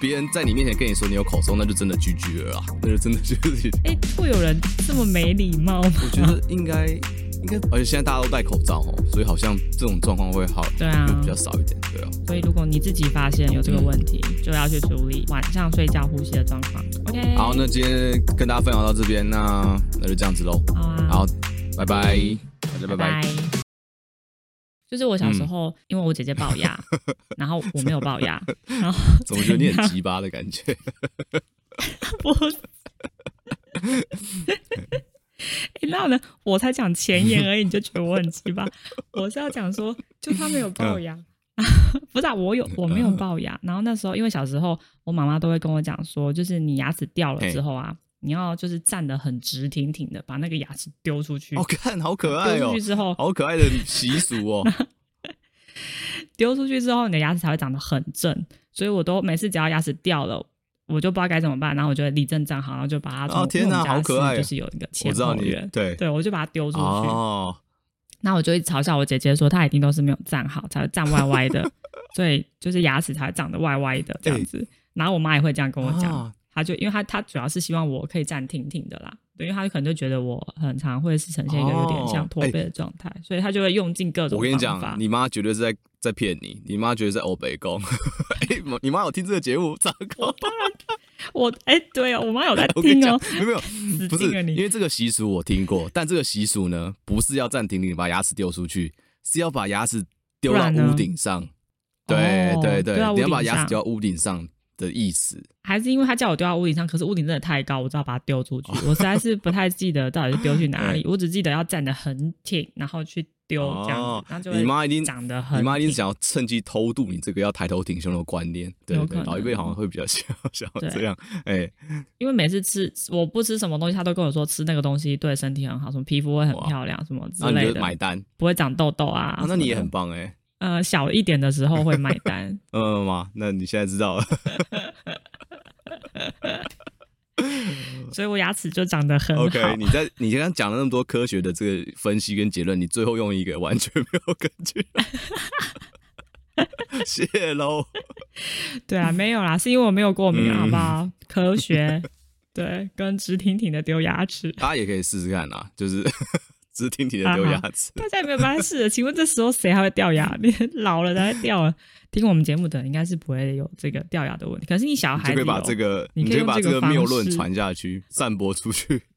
Speaker 2: 别人在你面前跟你说你有口臭，那就真的 GG 了啦，那就真的就是，？
Speaker 1: 哎、会有人这么没礼貌吗
Speaker 2: 我觉得应该应该，而且现在大家都戴口罩哦，所以好像这种状况会好，
Speaker 1: 对啊
Speaker 2: 会比较少一点，对啊。
Speaker 1: 所以如果你自己发现有这个问题，就要去处理晚上睡觉呼吸的状况。OK，
Speaker 2: <laughs> 好，那今天跟大家分享到这边，那那就这样子喽。
Speaker 1: 好啊，
Speaker 2: 好，拜拜，大家拜 <laughs> 拜。嗯
Speaker 1: 就是我小时候，因为我姐姐龅
Speaker 2: <laughs>
Speaker 1: 牙，然后我没有龅牙，然后
Speaker 2: 总觉得你很鸡巴的感 <laughs> 觉。
Speaker 1: 我。 <laughs> 哎，那呢？我才讲前言而已，你就觉得我很鸡巴？我是要讲说，就他没有龅牙， <laughs> 不是啊，我有我没有龅牙。然后那时候，因为小时候我妈妈都会跟我讲说，就是你牙齿掉了之后啊，你要就是站得很直挺挺的，把那个牙齿丢出去。
Speaker 2: 哦，看好可爱
Speaker 1: 丢
Speaker 2: 哦
Speaker 1: 出去，之 <laughs> 后，
Speaker 2: 好可爱的习俗
Speaker 1: <laughs>
Speaker 2: 哦。
Speaker 1: 丢出去之后，你的牙齿才会长得很正。所以我都每次只要牙齿掉了，我就不知道该怎么办，然后我就会立正站好，然后就把它从、
Speaker 2: 哦天
Speaker 1: 因为
Speaker 2: 哪
Speaker 1: 我们家
Speaker 2: 好可爱
Speaker 1: 是就是有一个
Speaker 2: 我
Speaker 1: 前
Speaker 2: 知道
Speaker 1: 后
Speaker 2: 你
Speaker 1: 院，
Speaker 2: 对
Speaker 1: 对我就把它丢出去。
Speaker 2: 哦，
Speaker 1: 那我就会嘲笑我姐姐说，她一定都是没有站好，才会站歪歪的，所以就是牙齿才会长得歪歪的这样子。然后我妈也会这样跟我讲，
Speaker 2: 啊
Speaker 1: 她就因为她她主要是希望我可以站挺挺的啦，对，因为她可能就觉得我很常会是呈现一个有点像
Speaker 2: 哦
Speaker 1: 驼
Speaker 2: 哎
Speaker 1: 背的状态，所以她就会用尽各种
Speaker 2: 我跟你
Speaker 1: 方
Speaker 2: 讲
Speaker 1: 法，。
Speaker 2: 你妈绝对是在在骗你，你妈绝对在欧北宫。 <laughs> 哎，你妈有听这个节目？糟糕！
Speaker 1: 我哎、对哦，我妈有在
Speaker 2: 我跟你
Speaker 1: 听
Speaker 2: 讲
Speaker 1: 哦，，
Speaker 2: 没有没有，
Speaker 1: 死
Speaker 2: 不是
Speaker 1: 定了
Speaker 2: 因
Speaker 1: 你。
Speaker 2: 为这个习俗我听过，但这个习俗呢，不是要暂停你把牙齿丢出去，是要把牙齿丢
Speaker 1: 不
Speaker 2: 到
Speaker 1: 然呢
Speaker 2: 屋顶上。对
Speaker 1: 哦
Speaker 2: 对
Speaker 1: 丢到屋
Speaker 2: 你要
Speaker 1: 顶
Speaker 2: 把牙齿
Speaker 1: 上
Speaker 2: 丢到屋顶上的意思。
Speaker 1: 还是因为她叫我丢到屋顶上，可是屋顶真的太高，我只好把它丢出
Speaker 2: 哦
Speaker 1: 去。我实在是不太记得到底是丢去哪里，我只记得要站得很挺，然后去丢这样子，
Speaker 2: 哦
Speaker 1: 然后就会
Speaker 2: 你妈一定
Speaker 1: 长得很
Speaker 2: 你妈一定
Speaker 1: 挺
Speaker 2: 想要趁机偷渡你这个要抬头挺胸的观念。对
Speaker 1: 有
Speaker 2: 对，
Speaker 1: 可
Speaker 2: 老一辈
Speaker 1: 能
Speaker 2: 好像会比较 <laughs> 想想要
Speaker 1: 对
Speaker 2: 这样。哎，
Speaker 1: 因为每次吃我不吃什么东西，她都跟我说吃那个东西对身体很好，什么皮肤会很
Speaker 2: 哇
Speaker 1: 漂亮，什么之
Speaker 2: 那你
Speaker 1: 类
Speaker 2: 就
Speaker 1: 的，
Speaker 2: 买单，
Speaker 1: 不会长痘痘啊
Speaker 2: 啊
Speaker 1: 什么的。
Speaker 2: 那你也很棒哎。
Speaker 1: 呃小一点的时候会买
Speaker 2: <laughs>
Speaker 1: 单，
Speaker 2: 嗯嘛，那你现在知道了。
Speaker 1: 所以我牙齿就长得很好。
Speaker 2: OK，你在你刚刚讲了那么多科学的这个分析跟结论，你最后用一个完全没有根据， <laughs> 谢喽。
Speaker 1: 对
Speaker 2: <laughs>
Speaker 1: 啊，没有啦，是因为我没有过敏，
Speaker 2: 嗯
Speaker 1: 好不好？科
Speaker 2: <laughs>
Speaker 1: 学，对，跟直挺挺的丢牙齿，
Speaker 2: 大家也可以试试看啦，就是 <laughs> 直挺挺的
Speaker 1: 啊
Speaker 2: 丢牙齿。
Speaker 1: 大家有没有发现是的？请问这时候谁还会掉
Speaker 2: <laughs>
Speaker 1: 牙？你老了才会掉了。听我们节目的人应该是不会有这个掉牙的问题，可是你小
Speaker 2: 你
Speaker 1: 孩
Speaker 2: 就可
Speaker 1: 子
Speaker 2: 以把
Speaker 1: 有
Speaker 2: 这个，
Speaker 1: 你
Speaker 2: 你
Speaker 1: 可以
Speaker 2: 就可以
Speaker 1: 用
Speaker 2: 把
Speaker 1: 这
Speaker 2: 这
Speaker 1: 个
Speaker 2: 个谬
Speaker 1: 方
Speaker 2: 论
Speaker 1: 式
Speaker 2: 传下去，散播出去。